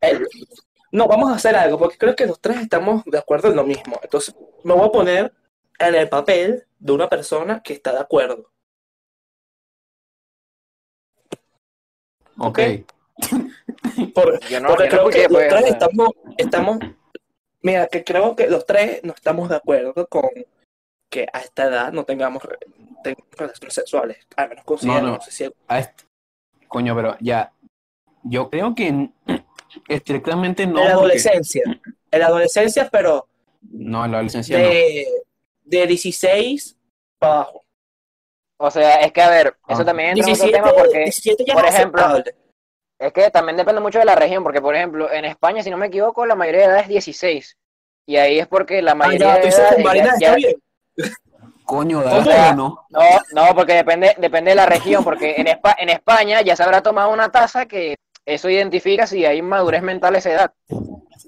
Speaker 4: eh,
Speaker 5: No, vamos a hacer algo, porque creo que los tres estamos de acuerdo en lo mismo. Entonces, me voy a poner en el papel de una persona que está de acuerdo.
Speaker 2: Ok.
Speaker 5: Por-
Speaker 1: Yo no,
Speaker 5: porque
Speaker 1: yo no
Speaker 5: creo
Speaker 1: escuché,
Speaker 5: que los
Speaker 1: pues, o
Speaker 5: tres
Speaker 1: sea,
Speaker 5: estamos, estamos. Mira, que creo que los tres no estamos de acuerdo con que a esta edad no tengamos, re- tengamos relaciones sexuales. Al menos considero,
Speaker 2: no.
Speaker 5: no sé si-
Speaker 2: A este- Coño, pero ya. Yo creo que n- estrictamente no.
Speaker 5: en
Speaker 2: porque-
Speaker 5: la adolescencia. En la adolescencia, pero
Speaker 2: No, en la adolescencia
Speaker 5: de, de 16 para abajo.
Speaker 1: O sea, es que a ver, eso
Speaker 2: Ah.
Speaker 1: también entra en
Speaker 5: 17,
Speaker 1: otro tema porque
Speaker 5: 17 ya
Speaker 1: por
Speaker 5: es
Speaker 1: ejemplo,
Speaker 5: aceptable.
Speaker 1: es que también depende mucho de la región, porque por ejemplo, en España, si no me equivoco, la mayoría de edad es 16. Y ahí es porque la
Speaker 5: Ah,
Speaker 1: mayoría
Speaker 5: ya, tú
Speaker 1: de
Speaker 5: dices
Speaker 1: edad
Speaker 5: que en Marina
Speaker 1: ya-
Speaker 5: está
Speaker 1: ya-
Speaker 5: bien.
Speaker 2: no. Coño,
Speaker 5: ¿Cómo?
Speaker 2: dale no.
Speaker 1: No, no, porque depende, depende de la región, porque en, Espa- en España ya se habrá tomado una taza que eso identifica si hay madurez mental a esa edad.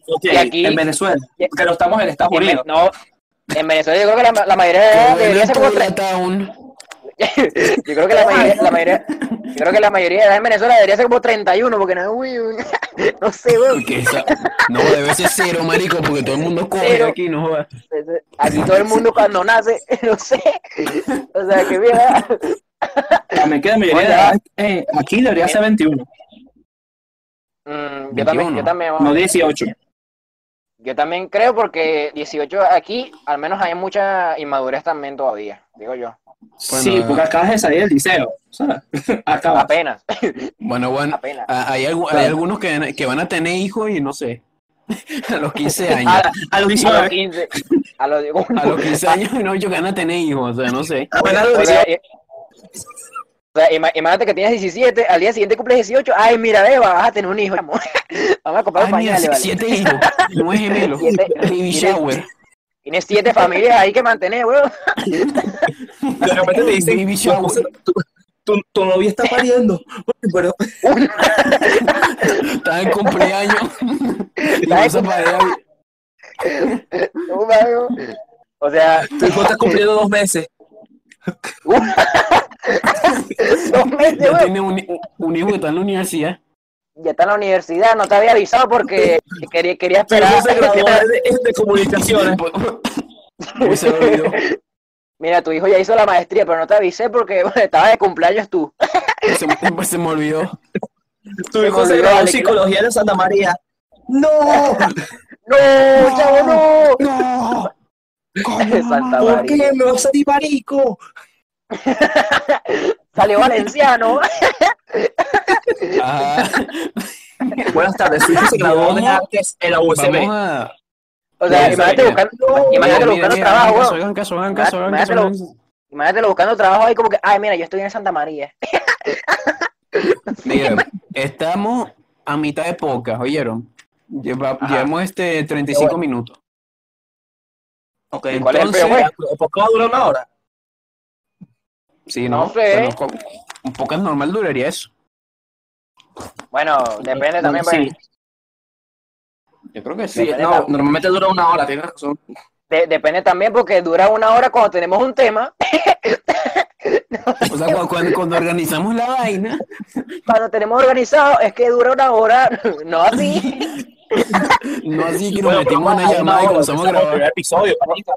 Speaker 5: Ok,
Speaker 1: Y aquí-
Speaker 5: en Venezuela,
Speaker 1: y-
Speaker 5: porque no estamos en Estados
Speaker 1: En Ve-
Speaker 5: Unidos.
Speaker 1: no, en Venezuela yo creo que la, la mayoría de edad Eh, debería ser como tre- Yo creo que la mayoría, la mayoría, yo creo que la mayoría de edad en Venezuela debería ser como 31, porque no, uy, uy, no sé, weón.
Speaker 2: Porque esa- No, debe ser cero, marico, porque todo el mundo coge
Speaker 1: Cero.
Speaker 2: aquí, no jodas.
Speaker 1: Aquí pues, eh, todo el mundo cuando nace, no sé. O sea, que vieja.
Speaker 5: También Ah, queda mayoría
Speaker 1: Oye,
Speaker 5: de edad, eh, aquí debería ser 21,
Speaker 1: Mm, yo también,
Speaker 2: 21.
Speaker 1: yo también,
Speaker 5: no 18.
Speaker 1: yo también creo porque 18 aquí, al menos hay mucha inmadurez también todavía, digo yo.
Speaker 5: sí,
Speaker 2: Bueno,
Speaker 5: porque acabas de salir del liceo, ¿sabes? Acabas.
Speaker 1: Apenas,
Speaker 2: Bueno, bueno.
Speaker 1: apenas.
Speaker 2: ah, Hay, algu- hay
Speaker 5: Claro.
Speaker 2: algunos que, que van a tener hijos y no sé. A los 15 años.
Speaker 5: A, a los
Speaker 1: A los
Speaker 5: 19.
Speaker 1: 15, a los,
Speaker 2: A los 15 años no, yo gana tener hijos, o sea, no sé.
Speaker 5: Apenas a los
Speaker 1: O
Speaker 5: 19.
Speaker 1: sea, eh, o sea, ima- imagínate que tienes 17, al día siguiente cumples 18. Ay, mira, beba, vas a tener un hijo, mi amor. Vamos a comprar
Speaker 2: Ay,
Speaker 1: un
Speaker 2: Ah, mira,
Speaker 1: pañales,
Speaker 2: si-
Speaker 1: vale.
Speaker 2: siete hijos, no es gemelo,
Speaker 1: Siete-
Speaker 2: baby
Speaker 1: siete-
Speaker 2: shower,
Speaker 1: Tienes 7 familias ahí que mantener, weón.
Speaker 5: De repente te dicen,
Speaker 2: Baby shower.
Speaker 5: "Tu- tu, tu novia está pariendo. Pero,
Speaker 2: está en cumpleaños. Y
Speaker 1: Está en
Speaker 2: vas a pagar-
Speaker 1: No, weón. O sea,
Speaker 5: tu hijo está cumpliendo dos meses.
Speaker 1: dos meses,
Speaker 2: ya
Speaker 1: weón.
Speaker 2: tiene un, un hijo que está en la universidad.
Speaker 1: Ya está en la universidad, no te había avisado porque quería, quería
Speaker 5: Tu hijo
Speaker 1: esperar.
Speaker 5: se graduó de, de comunicaciones.
Speaker 2: Uy, se me olvidó.
Speaker 1: Mira, tu hijo ya hizo la maestría, pero no te avisé porque bueno, estaba de cumpleaños tú.
Speaker 2: Se, me- se me olvidó.
Speaker 5: Tu hijo
Speaker 1: olvidó,
Speaker 5: se graduó en
Speaker 1: vale, que-
Speaker 5: psicología de Santa María. ¡No!
Speaker 1: ¡No, chavo, no!
Speaker 2: No.
Speaker 1: Santa
Speaker 5: ¿Por
Speaker 1: María.
Speaker 5: qué me vas a ti marico?
Speaker 1: Salió valenciano.
Speaker 2: Ajá.
Speaker 5: Buenas tardes, su hijo se graduó de artes en la
Speaker 2: Vamos
Speaker 5: UCB.
Speaker 2: a.
Speaker 1: O sea,
Speaker 2: Sí,
Speaker 1: imagínate
Speaker 2: sí,
Speaker 1: buscando, imagínate
Speaker 2: Mira,
Speaker 1: buscando
Speaker 2: mira,
Speaker 1: trabajo,
Speaker 2: hagan
Speaker 1: weón.
Speaker 2: caso, hagan caso, hagan caso,
Speaker 1: Imagínatelo.
Speaker 2: hagan caso, hagan caso.
Speaker 1: Imagínatelo buscando trabajo ahí como que, ay, mira, yo estoy en Santa María.
Speaker 2: Mira, estamos a mitad de pocas, ¿oyeron? Lleva-
Speaker 1: Ajá.
Speaker 2: llevamos este 35 minutos.
Speaker 5: Ok,
Speaker 1: ¿Cuál es el
Speaker 2: Entonces,
Speaker 1: peor, pues?
Speaker 5: ¿Por qué va a durar una hora?
Speaker 2: Sí,
Speaker 1: No
Speaker 2: no,
Speaker 1: sé.
Speaker 2: Bueno, con- un poco normal duraría eso.
Speaker 1: Bueno, depende también, pues.
Speaker 5: Sí,
Speaker 2: Yo creo que
Speaker 5: sí, no, normalmente dura una hora, tienes razón.
Speaker 1: De- depende también porque dura una hora cuando tenemos un tema.
Speaker 2: O sea, cu- cu- cuando, organizamos la vaina,
Speaker 1: Cuando tenemos organizado es que dura una hora, no así.
Speaker 2: no así que nos
Speaker 5: Bueno, pero
Speaker 2: metimos
Speaker 5: vamos
Speaker 2: una
Speaker 5: a-
Speaker 2: llamada y
Speaker 5: no,
Speaker 2: comenzamos a
Speaker 5: empezamos el
Speaker 2: grabar.
Speaker 5: primer episodio, papito.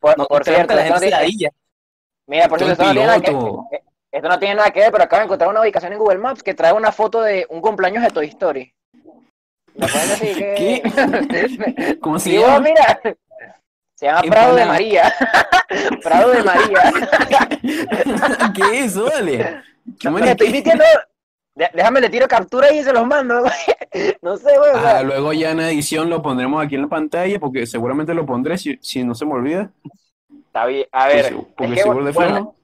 Speaker 1: Por, por
Speaker 5: No, creo que
Speaker 1: cierto,
Speaker 5: la
Speaker 1: esto no,
Speaker 5: gente se
Speaker 1: tiene,
Speaker 5: ladilla.
Speaker 1: mira, por cierto,
Speaker 2: Esto
Speaker 1: esto no
Speaker 2: es
Speaker 1: tiene nada que
Speaker 2: piloto.
Speaker 1: eh, esto no tiene nada que ver, pero acabo de encontrar una ubicación en Google Maps que trae una foto de un cumpleaños de Toy Story. ¿Me pueden decir que-
Speaker 2: ¿Cómo se
Speaker 1: Sí, vos,
Speaker 2: llama?
Speaker 1: mira. Se llama Prado de
Speaker 2: Empanada.
Speaker 1: María. Prado de María.
Speaker 2: ¿Qué es eso, vale? ¿Qué
Speaker 1: No,
Speaker 2: manera
Speaker 1: le estoy
Speaker 2: que-
Speaker 1: mintiendo. De- Déjame, le tiro captura y se los mando. No sé, güey. o sea,
Speaker 2: Ajá, Ah, luego ya en edición lo pondremos aquí en la pantalla porque seguramente lo pondré si, si no se me olvida.
Speaker 1: Está bien. A
Speaker 2: Porque,
Speaker 1: ver.
Speaker 2: se-
Speaker 1: es
Speaker 2: porque
Speaker 1: que,
Speaker 2: seguro de
Speaker 1: bueno,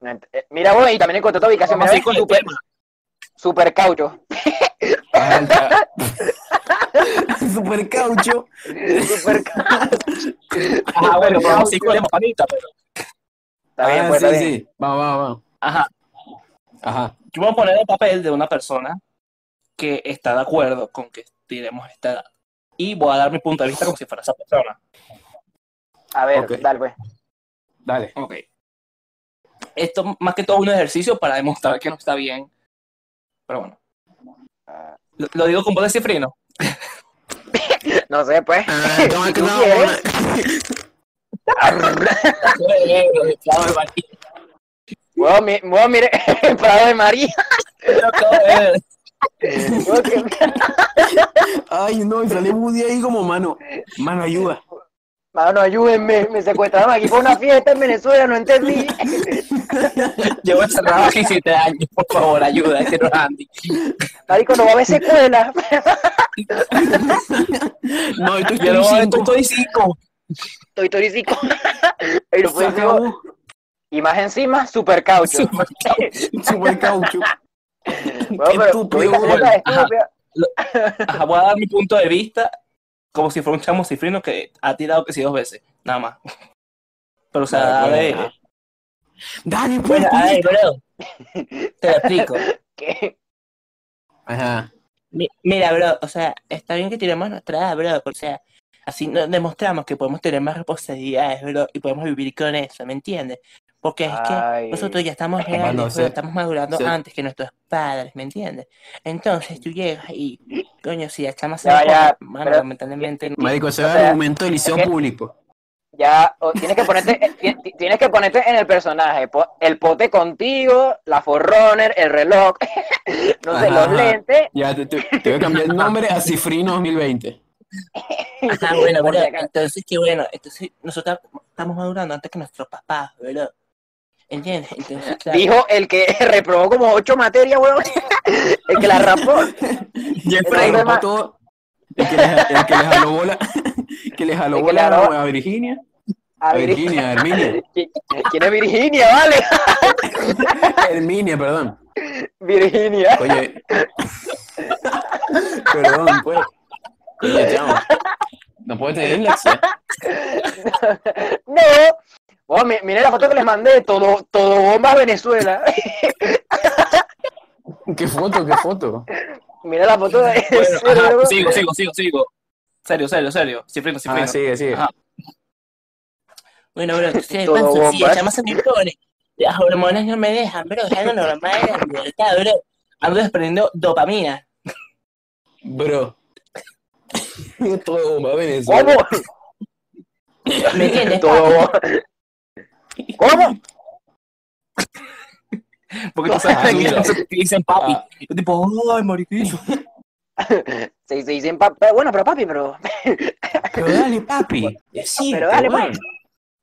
Speaker 2: forma.
Speaker 1: eh, Mira, güey, y también encontré otra ubicación.
Speaker 5: Vamos
Speaker 1: Mira,
Speaker 5: a ir
Speaker 1: ves,
Speaker 5: con el
Speaker 1: super,
Speaker 5: tema.
Speaker 1: super caucho.
Speaker 2: Ajá, está. Ah, Super caucho.
Speaker 1: Super caucho.
Speaker 5: Ah, bueno, pero vamos a ir con el tema, panita. pero-
Speaker 1: Está bien,
Speaker 2: Ah,
Speaker 1: pues,
Speaker 2: sí,
Speaker 1: está bien.
Speaker 2: sí. Vamos, vamos, vamos.
Speaker 5: Ajá,
Speaker 2: Ajá.
Speaker 5: yo me voy a poner el papel de una persona que está de acuerdo con que tiremos esta edad. Y voy a dar mi punto de vista como si fuera esa persona.
Speaker 1: A ver,
Speaker 2: Ok.
Speaker 1: dale, pues.
Speaker 2: Dale.
Speaker 5: Ok. Esto más que todo un ejercicio para demostrar que no está bien. Pero bueno. Lo, lo digo con voz de cifrino.
Speaker 1: No sé, pues.
Speaker 2: Ah, toma
Speaker 1: Si tú
Speaker 2: no,
Speaker 1: quieres. Huevón, mi- huevón, mire, Prado de María.
Speaker 2: Eh.
Speaker 1: Huevón, que-
Speaker 2: Ay, no, y salió Woody ahí como mano. Mano, ayuda.
Speaker 1: Mano, ayúdenme, me secuestraron aquí por una fiesta en Venezuela, no entendí.
Speaker 5: Llevo encerrado aquí siete años, por favor, ayuda, este no es Andy.
Speaker 1: Marico, no va a haber secuela.
Speaker 2: No, esto
Speaker 5: Yo no
Speaker 2: es
Speaker 5: estoy Toy cinco.
Speaker 1: Estoy turístico. Y lo
Speaker 2: Se
Speaker 1: fue, digo,
Speaker 2: acabó.
Speaker 1: Y más encima, super caucho.
Speaker 5: Super caucho.
Speaker 2: Super caucho.
Speaker 1: Huevón, pero,
Speaker 2: estúpido,
Speaker 1: ubica,
Speaker 2: Ah.
Speaker 5: huevón.
Speaker 1: neta, estúpido.
Speaker 5: Ajá, voy a dar mi punto de vista como si fuera un chamo cifrino que ha tirado que sí dos veces, nada más. Pero o sea,
Speaker 2: Bueno,
Speaker 5: de...
Speaker 2: ajá. Dale, pues.
Speaker 5: Bueno, a ver,
Speaker 2: coño.
Speaker 5: bro. Te lo explico.
Speaker 1: ¿Qué?
Speaker 2: Ajá.
Speaker 5: Mi- Mira, bro, o sea, está bien que tiremos nuestra edad, bro. O sea, así nos demostramos que podemos tener más responsabilidades, bro, y podemos vivir con eso, ¿me entiendes? Porque es que
Speaker 1: Ay.
Speaker 5: nosotros ya estamos
Speaker 2: Hermano,
Speaker 5: grandes,
Speaker 2: se-
Speaker 5: bro, estamos madurando
Speaker 2: se-
Speaker 5: antes que nuestros padres, ¿me entiendes? Entonces tú llegas y, coño, si la chama se
Speaker 1: Ya, ya,
Speaker 5: encoge, mano,
Speaker 1: pero-
Speaker 5: lamentablemente no-
Speaker 2: Marico, ese
Speaker 1: O
Speaker 2: es el
Speaker 1: sea,
Speaker 2: argumento del liceo
Speaker 1: es que-
Speaker 2: público.
Speaker 1: Ya, o tienes que ponerte, eh, ti- ti- tienes que ponerte en el personaje, po- el pote contigo, la forerunner, el reloj, no sé,
Speaker 2: Ajá,
Speaker 1: los
Speaker 2: ajá.
Speaker 1: lentes,
Speaker 2: Ya, te, te- te voy a cambiar el nombre a Cifrino 2020.
Speaker 5: Ajá, bueno,
Speaker 1: Por
Speaker 5: bro,
Speaker 1: si acaso.
Speaker 5: entonces que bueno, entonces nosotros estamos madurando antes que nuestros papás, ¿verdad? ¿Entiendes? Entonces, claro,
Speaker 1: dijo el que reprobó como ocho materias, weón, el que la rapó,
Speaker 2: Jeffrey
Speaker 1: Entonces,
Speaker 2: rapó
Speaker 1: ma-
Speaker 2: todo. El que les, el que les jaló bola, que les jaló
Speaker 1: El que
Speaker 2: bola
Speaker 1: le jaló-
Speaker 2: a Virginia.
Speaker 1: a
Speaker 2: A
Speaker 1: Vir-
Speaker 2: Virginia, a Herminia.
Speaker 1: ¿Quién es Virginia, vale?
Speaker 2: Herminia, perdón.
Speaker 1: Virginia,
Speaker 2: Oye. Perdón, pues. Oye, chamo. No puedo tener dislexia.
Speaker 1: no, Weón, mi- miren la foto que les mandé, todo, todo bombas Venezuela,
Speaker 2: ¿Qué foto? ¿Qué foto?
Speaker 1: miren la foto de
Speaker 5: Bueno,
Speaker 1: Cero,
Speaker 5: ajá,
Speaker 1: weón.
Speaker 5: sigo, sigo, sigo, sigo. Serio, serio, serio. Cifrino, cifrino.
Speaker 2: Ah, sigue, sigue.
Speaker 5: Ajá. Bueno, bro, ustedes
Speaker 1: Todo
Speaker 5: pasan, sí,
Speaker 1: bombas.
Speaker 5: la chama se me pone. Las hormonas no me dejan, bro. Es algo normal de la libertad, bro. Ando desprendiendo dopamina.
Speaker 2: Bro. Todo bomba, Venezuela.
Speaker 1: ¿Cómo?
Speaker 5: ¿Me entiendes?
Speaker 1: Todo bomba. ¿Cómo?
Speaker 5: Porque tú
Speaker 2: Ah,
Speaker 5: sabes que
Speaker 2: mira.
Speaker 5: entonces te dicen papi.
Speaker 2: Ah.
Speaker 5: Yo tipo, ay, mariquito.
Speaker 1: Se, se dicen papi, bueno, pero papi, pero,
Speaker 2: Pero dale, papi. Decídete,
Speaker 1: pero dale,
Speaker 2: weón.
Speaker 1: pues.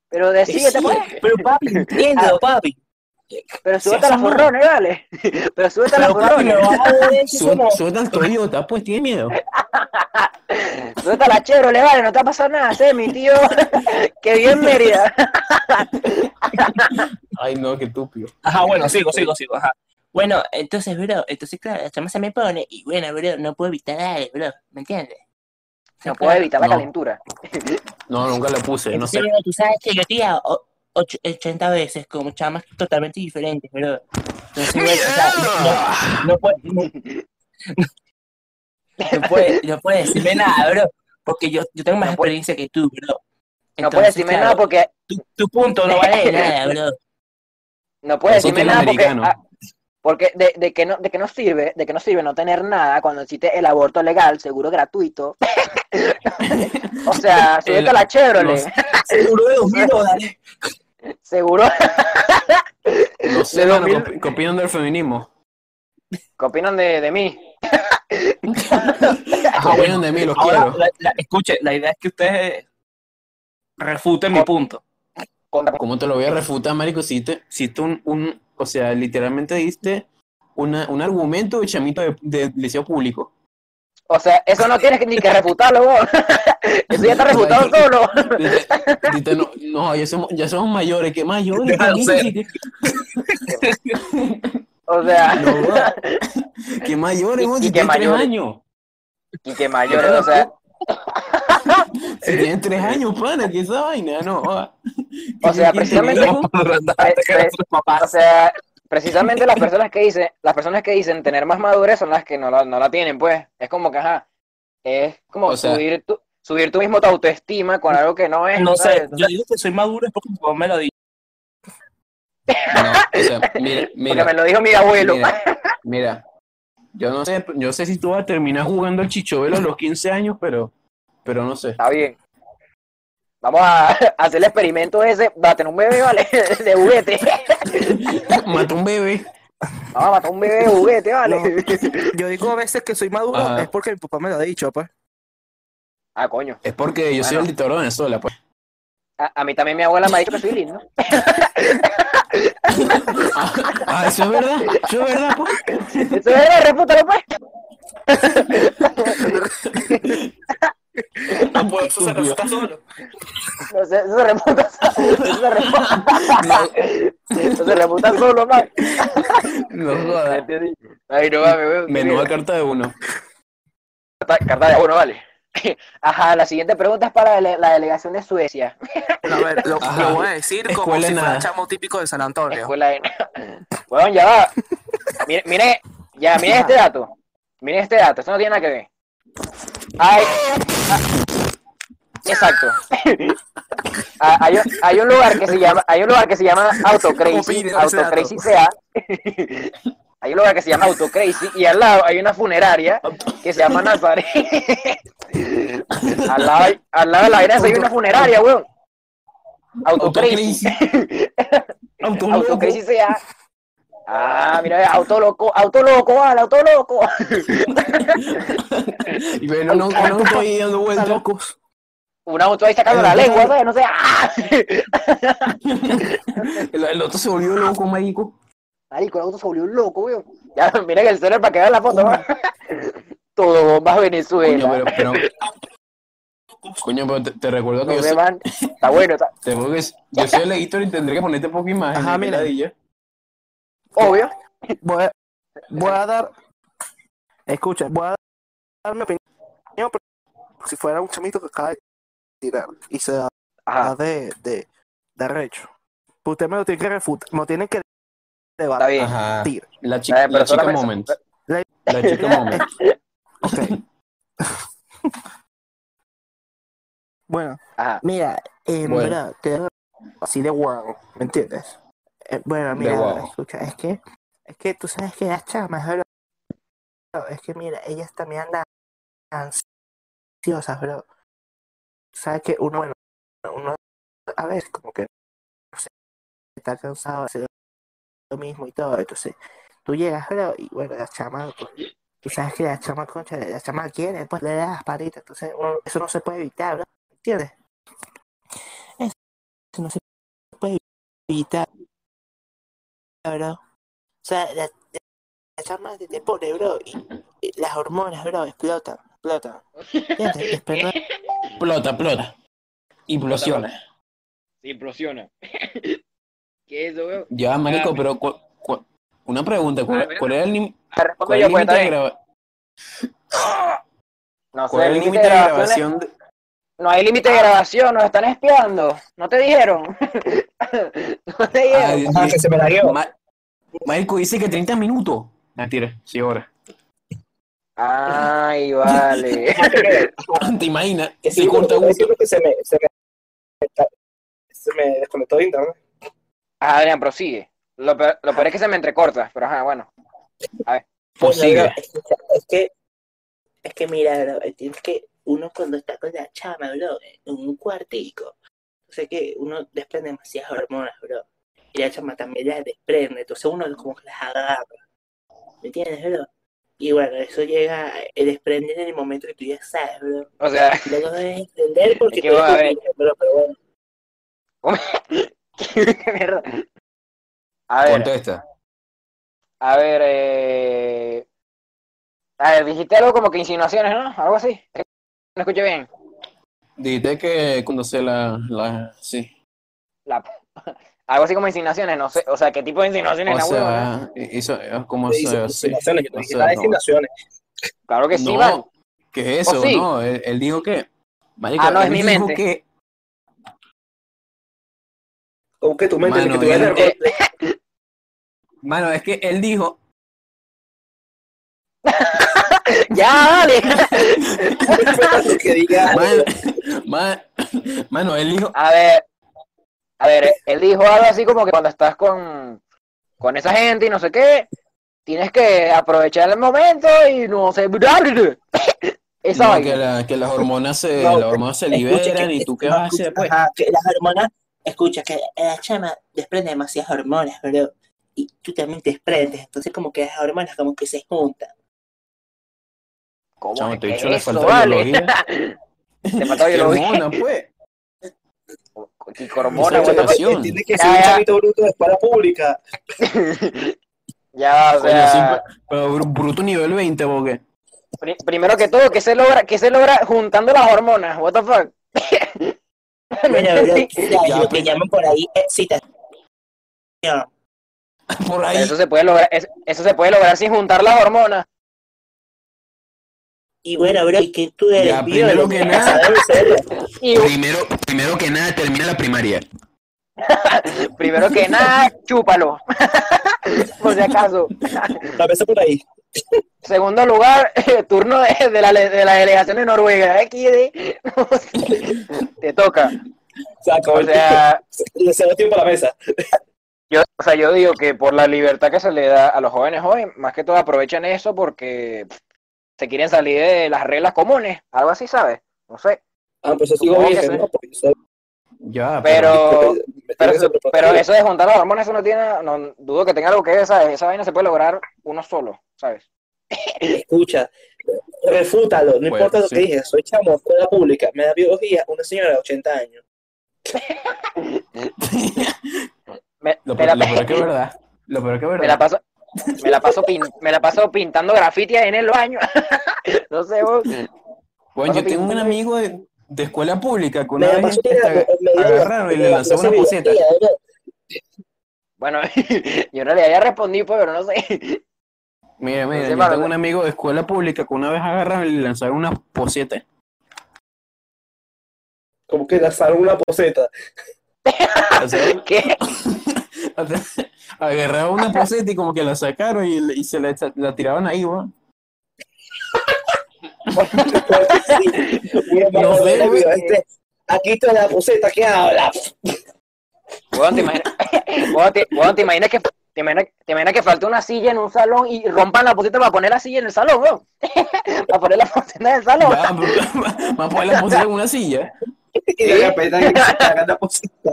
Speaker 1: pero decídete, pues.
Speaker 5: Pero papi, entiendo, papi.
Speaker 1: Pero
Speaker 5: Se
Speaker 1: súbete a la
Speaker 5: asomó.
Speaker 1: forrona, dale. Pero súbete a la
Speaker 5: Pero papi, me
Speaker 1: forrona.
Speaker 5: vas a ver si
Speaker 2: Su-
Speaker 5: somos...
Speaker 2: Suelta al Toyota, pues, tiene miedo.
Speaker 1: Súbete a la Chevrolet, vale. No te va a pasar nada, sé, mi tío. Qué bien, Mérida.
Speaker 2: Ay, no, qué tupio.
Speaker 5: Ajá, bueno, sigo, sigo, sigo, ajá. Bueno, entonces, bro, entonces, claro, la chama se me pone y bueno, bro, no puedo evitar darle, bro, ¿me entiendes?
Speaker 1: No puedo evitar la
Speaker 2: No.
Speaker 1: calentura.
Speaker 2: No, nunca la puse, no sé.
Speaker 5: Entonces, bro, Este, tú sabes que yo he tirado o- och- 80 veces con chamas totalmente diferentes, bro. Entonces, bueno, o sea, no, no, no puede, no, no puede, no puede decirme nada, bro, porque yo, yo tengo más
Speaker 1: No puede-
Speaker 5: experiencia que tú, bro.
Speaker 1: No puedes decirme nada porque.
Speaker 5: Tu, tu punto no vale nada, bro.
Speaker 1: No puedes
Speaker 2: Eso
Speaker 1: decirme
Speaker 2: tiene
Speaker 1: nada porque.
Speaker 2: americano.
Speaker 1: ah, porque de, de que no, de que no sirve, de que no sirve no tener nada cuando existe el aborto legal, seguro gratuito. o sea, súbete
Speaker 2: El-
Speaker 1: a la Chevrolet,
Speaker 2: los-
Speaker 5: Seguro de dos mil dólares.
Speaker 1: seguro.
Speaker 2: No sé,
Speaker 1: De
Speaker 2: mano,
Speaker 1: 2000.
Speaker 2: ¿qué opinan del feminismo?
Speaker 1: ¿Qué opinan de, de mí?
Speaker 2: ¿Qué opinan de mí? Los
Speaker 5: Ahora,
Speaker 2: quiero.
Speaker 5: la, la- escuche, la idea es que ustedes refuten mi punto.
Speaker 1: Contra-
Speaker 2: ¿Cómo te lo voy a refutar, marico? Si te, si tú un, un- o sea, literalmente diste una, un argumento de chamito de, de liceo público.
Speaker 1: O sea, eso no tienes que- ni que refutarlo, vos. Eso ya está refutado solo.
Speaker 2: Diste- diste, no, no, ya somos, ya somos mayores, ¿qué mayores?
Speaker 5: Déjalo ser.
Speaker 1: O sea,
Speaker 2: No, va. ¿Qué mayores? weón?
Speaker 1: ¿Y
Speaker 2: Si
Speaker 1: qué
Speaker 2: tienes tres
Speaker 1: mayores?
Speaker 2: años.
Speaker 1: y que mayores, o sea,
Speaker 2: Si tienes tres años, pana, que esa vaina, no. va.
Speaker 1: O sea,
Speaker 2: ¿Quién te
Speaker 1: precisamente-
Speaker 2: dijo?
Speaker 1: que nuestros o sea, precisamente las personas que dicen, las personas que dicen tener más madurez son las que no la, no la tienen, pues. Es como que, ajá, es como
Speaker 2: O sea-
Speaker 1: subir tu, subir tu mismo tu autoestima con algo que no es.
Speaker 5: No
Speaker 1: ¿sabes?
Speaker 5: sé, yo digo que soy maduro es porque mi papá me lo dijo.
Speaker 2: No, o sea, mira,
Speaker 1: Porque
Speaker 2: mira.
Speaker 1: me lo dijo mi abuelo.
Speaker 2: Mira, mira, yo no sé, yo sé si tú vas a terminar jugando al chichovelo a los 15 años, pero pero no sé.
Speaker 1: Está bien. Vamos a hacer el experimento ese. Va a tener un bebé, ¿vale? De juguete.
Speaker 2: Mató un bebé.
Speaker 1: Vamos a matar un bebé de juguete, ¿vale?
Speaker 5: Yo digo a veces que soy maduro
Speaker 2: Ajá.
Speaker 5: es porque mi papá me lo ha dicho, pues.
Speaker 1: Ah, coño.
Speaker 2: Es porque yo soy el
Speaker 1: Bueno.
Speaker 2: dictador de Venezuela, pues.
Speaker 1: A, a mí también mi abuela me ha dicho que soy lindo.
Speaker 2: Ah, ah, eso es verdad, eso es verdad, pues.
Speaker 1: Eso es, repútalo, pues.
Speaker 5: No puedo, Ah, pues, eso se resulta solo.
Speaker 1: No sé, eso se reputa solo. Eso se reputa, eso se reputa solo, man.
Speaker 2: No jodas.
Speaker 1: ¿Entendí? Ay, no mames, weón.
Speaker 2: Menuda carta de uno.
Speaker 1: Carta- carta de abono, vale. Ajá, la siguiente pregunta es para la, la delegación de Suecia.
Speaker 5: A ver, lo,
Speaker 2: Ajá.
Speaker 5: lo voy a decir como
Speaker 2: Escuela
Speaker 5: si fuera
Speaker 2: nada.
Speaker 5: chamo típico de San Antonio.
Speaker 1: Escuela de... Weón, ya va. Mire, mire, ya, mire este dato. Mire este dato, eso no tiene nada que ver. Ay, ah, exacto. Ah, hay, un- hay un lugar que se llama, hay un lugar que se llama Autocrazy,
Speaker 5: Opine de ese dato.
Speaker 1: Autocrazy CA. Hay un lugar que se llama Autocrazy y al lado hay una funeraria que se llama Nazaré. al, lado, hay- al lado de la vaina esa hay una funeraria, weón. Autocrazy.
Speaker 5: Eh,
Speaker 1: Autocrisis sea. Ah, mira, autoloco, autoloco, vale, autoloco.
Speaker 2: Y bueno, no, no, no estoy dando vueltas.
Speaker 1: Un auto ahí sacando la lengua, ¿sabes? No sé. ¡Ah!
Speaker 2: El, el otro se volvió loco, marico.
Speaker 1: Marico, el auto se volvió un loco, weón. Ya, miren el celular para que vean la foto, ¿no? Todo bombas Venezuela.
Speaker 2: Coño, pero, pero. Coño, pero te, te recuerdo que
Speaker 1: No
Speaker 2: yo
Speaker 1: sé,
Speaker 2: soy,
Speaker 1: man. Está bueno, está
Speaker 2: te recuerdo que yo soy el editor y tendré que ponerte poca imagen.
Speaker 5: Ajá,
Speaker 2: qué
Speaker 5: mira.
Speaker 2: ladilla.
Speaker 1: obvio.
Speaker 5: Voy a, voy a dar. Escucha, voy a dar mi opinión. pero Si fuera un chamito que acaba de tirar y se da
Speaker 1: Ajá,
Speaker 5: de, de, de arrecho, usted me lo tiene que refutar, me lo tiene que
Speaker 1: está
Speaker 5: debatir.
Speaker 1: bien.
Speaker 2: Ajá. La,
Speaker 1: Eh,
Speaker 2: chica
Speaker 1: pero
Speaker 2: la chica
Speaker 1: solamente-
Speaker 2: moment.
Speaker 5: La-
Speaker 2: La chica moment.
Speaker 5: Ok. bueno,
Speaker 1: Ajá.
Speaker 5: mira, en
Speaker 2: Bueno.
Speaker 5: verdad, te dan así de wow, ¿me entiendes? Eh, bueno, mira,
Speaker 2: guau.
Speaker 5: escucha, es que, es que tú sabes que las chamas, bro, es que mira, ellas también andan ansiosas, bro. Tú sabes que uno, bueno, uno a veces como que no sé, está cansado de hacer lo mismo y todo, entonces tú llegas, bro, y bueno, las chamas, pues, tú sabes que las chamas, concha, las chamas quieren, pues le das palitas, entonces uno- eso no se puede evitar, bro, ¿entiendes? Eso no se puede evitar, bro. O sea, la, la chama te, te pone, bro, y, y las hormonas, bro, explotan, explotan, ¿entiendes? Explotan.
Speaker 2: Plota, plota. Implosiona.
Speaker 1: Se implosiona. ¿Qué es eso, weón?
Speaker 2: Ya, marico, pero. cu- cu- una pregunta:
Speaker 1: Ah,
Speaker 2: ¿cuál,
Speaker 1: espérate.
Speaker 2: cuál era el lim-
Speaker 1: Ah, Respondo
Speaker 2: cuál era
Speaker 1: yo,
Speaker 2: el
Speaker 1: pues,
Speaker 2: límite
Speaker 1: está
Speaker 2: de,
Speaker 1: bien.
Speaker 2: graba-
Speaker 1: No sé,
Speaker 2: cuál era
Speaker 1: el
Speaker 2: el
Speaker 1: límite
Speaker 2: límite
Speaker 1: de
Speaker 2: de
Speaker 1: grabación.
Speaker 2: grabación? Ah. de-
Speaker 1: No hay límite de grabación, nos están espiando. ¿No te dijeron? no te
Speaker 2: Ah,
Speaker 1: dijeron.
Speaker 2: Dios
Speaker 4: Ah,
Speaker 2: mío.
Speaker 4: que se me la dio.
Speaker 2: Ma- Marico dice que 30 minutos. Mentira, sí, ahora.
Speaker 1: Ay, vale.
Speaker 2: ¿Te imaginas?
Speaker 4: Que
Speaker 2: Se corta
Speaker 4: uno.
Speaker 2: uno.
Speaker 4: que se me, se me, se me desconectó de internet.
Speaker 1: Ajá, Ah, Adrián, prosigue. Lo peor, lo peor es que se me entrecorta, pero ajá, bueno.
Speaker 2: Posible.
Speaker 6: Bueno, es, es que, es que mira, bro, es que uno cuando está con la chama, bro, en un cuartico, o sea que uno desprende demasiadas hormonas, bro. Y la chama también las desprende, entonces uno como que las agarra. ¿Me entiendes, bro? Y bueno, eso llega, el desprender en el momento que tú ya sabes, bro.
Speaker 1: O sea,
Speaker 6: Y Luego debes desprender porque
Speaker 1: Es que
Speaker 6: tú
Speaker 1: va a
Speaker 6: eres
Speaker 1: ver.
Speaker 6: tu- bro, pero bueno.
Speaker 1: qué mierda. A ver,
Speaker 2: Contesta.
Speaker 1: a ver, eh... A ver, dijiste algo como que insinuaciones, ¿no? Algo así. No escuché bien.
Speaker 2: Dijiste que cuando se la. la sí.
Speaker 1: La... Algo así como insinuaciones, no sé. O sea, ¿qué tipo de insinuaciones?
Speaker 2: O
Speaker 1: la ¿eh? huevona?
Speaker 2: sea, hizo. ¿Cómo
Speaker 4: Te hice
Speaker 2: se sí.
Speaker 4: insinuaciones, yo te
Speaker 2: O
Speaker 4: dije,
Speaker 2: sea,
Speaker 4: "Ah,
Speaker 2: no.
Speaker 4: insinuaciones".
Speaker 1: Claro que sí,
Speaker 2: no,
Speaker 1: man.
Speaker 2: ¿Qué es eso?
Speaker 1: ¿O sí?
Speaker 2: No, él, él dijo que. Marico,
Speaker 1: Ah, no, es
Speaker 2: él
Speaker 1: mi
Speaker 2: dijo
Speaker 1: mente.
Speaker 2: que.
Speaker 4: Como que tú me
Speaker 2: Mano,
Speaker 4: entiendes que tú
Speaker 2: ya
Speaker 4: eres
Speaker 5: eh,
Speaker 2: no-
Speaker 4: el-
Speaker 2: Mano, es que él dijo.
Speaker 1: ¡Ya, dale!
Speaker 4: Lo que diga.
Speaker 2: Man, man- mano, él dijo.
Speaker 1: A ver, a ver, él dijo algo así como que cuando estás con, con esa gente y no sé qué, tienes que aprovechar el momento y no sé. Esa
Speaker 2: No,
Speaker 1: vaina.
Speaker 2: que, la- que las hormonas se,
Speaker 6: No,
Speaker 2: las hormonas se
Speaker 6: escucha
Speaker 2: liberan
Speaker 6: que-
Speaker 2: y tú qué
Speaker 6: no,
Speaker 2: vas a
Speaker 6: escucha,
Speaker 2: hacer, pues.
Speaker 6: ajá, que las hormonas, escucha, que la chama desprende demasiadas hormonas, bro. Y tú también te desprendes, entonces como que las hormonas como que se juntan.
Speaker 1: ¿Cómo
Speaker 2: Chamo,
Speaker 1: es
Speaker 2: te he
Speaker 1: que
Speaker 2: dicho, le
Speaker 1: eso,
Speaker 2: falta
Speaker 1: vale?
Speaker 2: biología.
Speaker 1: Te falta
Speaker 2: Qué
Speaker 1: biología.
Speaker 2: hormona, pues.
Speaker 1: Y hormona,
Speaker 2: Esa
Speaker 1: güey,
Speaker 2: relación.
Speaker 4: pues, Tiene que
Speaker 1: Ya,
Speaker 4: ser un
Speaker 1: ya.
Speaker 4: chavito bruto de escuela pública.
Speaker 1: Ya, o
Speaker 2: Coño,
Speaker 1: sea,
Speaker 2: siempre- pero br- bruto nivel 20, porque.
Speaker 1: pri- primero que todo, ¿qué se logra, qué se logra juntando las hormonas? What the fuck? No
Speaker 6: Bueno, bro,
Speaker 1: entendí.
Speaker 6: mira,
Speaker 2: Ya,
Speaker 6: lo que
Speaker 2: pues.
Speaker 6: llaman por ahí excitación.
Speaker 2: Por ahí.
Speaker 1: Eso se puede lograr, es- eso se puede lograr sin juntar las hormonas.
Speaker 6: Y bueno, bro, ¿y que tú eres?
Speaker 2: Ya, primero
Speaker 6: biólogo,
Speaker 2: que nada.
Speaker 6: ¿sabes? ¿Sabes?
Speaker 1: Y
Speaker 2: Primero, primero que nada, termina la primaria.
Speaker 1: primero que nada, chúpalo. Por si acaso.
Speaker 4: La vez por ahí.
Speaker 1: Segundo lugar, turno de, de la, de la delegación de Noruega. XD. ¿eh? Te toca.
Speaker 4: Saco,
Speaker 1: O sea,
Speaker 4: le cedo tiempo a la mesa.
Speaker 1: yo, o sea, yo digo que por la libertad que se le da a los jóvenes hoy, más que todo aprovechan eso porque pff, se quieren salir de las reglas comunes. Algo así, ¿sabes? No sé.
Speaker 4: Ah, pues yo sigo
Speaker 1: Supongo que
Speaker 4: virgen,
Speaker 1: sí.
Speaker 4: ¿no? Porque yo soy-
Speaker 2: Ya,
Speaker 1: Pero,
Speaker 4: me
Speaker 1: pero,
Speaker 4: tiene que ser
Speaker 1: pero
Speaker 4: protegido.
Speaker 1: eso de juntar las hormonas, eso no tiene, no dudo que tenga algo que ver, ¿sabes? Esa vaina se puede lograr uno solo, ¿sabes?
Speaker 4: Escucha, refútalo, no
Speaker 2: Bueno,
Speaker 4: importa lo
Speaker 2: sí.
Speaker 4: que dije, soy chamo, escuela pública, me da biología una señora de 80 años.
Speaker 1: Me-
Speaker 2: Lo,
Speaker 1: me
Speaker 2: pe-
Speaker 1: la-
Speaker 2: lo peor es que es verdad. Lo peor es que es
Speaker 1: Me la
Speaker 2: verdad.
Speaker 1: paso, me la paso, pin- me la paso pintando graffiti en el baño. no sé, vos.
Speaker 2: Bueno, yo
Speaker 1: paso
Speaker 2: tengo un
Speaker 1: pintando.
Speaker 2: amigo de, de escuela pública que
Speaker 4: Me
Speaker 2: una
Speaker 4: da
Speaker 2: vez
Speaker 4: pastura,
Speaker 2: este,
Speaker 4: me dio-
Speaker 2: agarraron y
Speaker 4: me
Speaker 2: le
Speaker 4: da-
Speaker 2: lanzaron
Speaker 4: no
Speaker 2: una
Speaker 4: sé,
Speaker 2: poseta.
Speaker 4: biología, ¿verdad?
Speaker 1: Bueno, yo en realidad ya respondí, pues, pero no sé.
Speaker 2: Mira, mira,
Speaker 1: sé,
Speaker 2: yo
Speaker 1: mano,
Speaker 2: tengo un
Speaker 1: pero-
Speaker 2: amigo de escuela pública que una vez agarraron y le lanzaron una poseta.
Speaker 4: Como que lanzaron una poseta.
Speaker 2: O sea,
Speaker 1: ¿Qué?
Speaker 2: o sea, agarraron una poseta y como que la sacaron y, le- y se la, echa- la tiraron ahí, weón.
Speaker 4: Una
Speaker 2: No sé,
Speaker 4: poseta,
Speaker 2: güey.
Speaker 4: este, Aquí está la poseta, ¿qué habla?
Speaker 1: Bueno, te imaginas, Weón, te, weón, te imaginas que te imaginas, te imaginas que falta una silla en un salón y rompan la poseta para poner la silla en el salón, weón. para poner la poseta en el salón.
Speaker 2: Va, va- va a poner la poseta en una silla.
Speaker 4: Y la carpeta que sacan la poseta.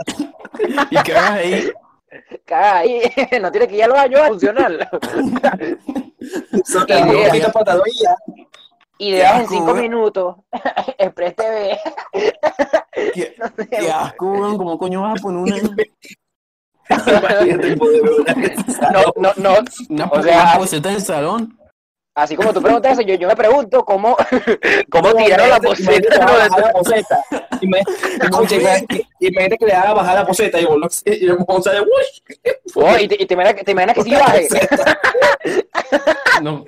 Speaker 2: ¿Y qué hagas ahí?
Speaker 1: Caga ahí. no tiene que ir al baño a funcionar.
Speaker 4: Sacan
Speaker 1: Qué
Speaker 4: la poseta patadilla.
Speaker 1: Ideas en
Speaker 2: asco,
Speaker 1: cinco
Speaker 2: weón.
Speaker 1: minutos. Express TV.
Speaker 2: ¿Qué,
Speaker 1: No sé,
Speaker 2: qué asco, weón. ¿Cómo coño vas a poner una,
Speaker 4: Imagínate el poder de una
Speaker 1: No, no, no.
Speaker 2: una,
Speaker 1: O sea,
Speaker 2: una poseta en el salón?
Speaker 1: Así como tú preguntas eso, yo, yo me pregunto cómo, cómo tiraron la
Speaker 4: Imagínate que
Speaker 1: poseta.
Speaker 4: le haga
Speaker 1: ¿no?
Speaker 2: "Ah,
Speaker 4: bajar la poseta. Imagínate que- Imagínate que le haga bajar la poseta y vos no sé, y el monza de "Uy".
Speaker 1: Oh, y te, y te imaginas que- te imaginas que si baje,
Speaker 2: No.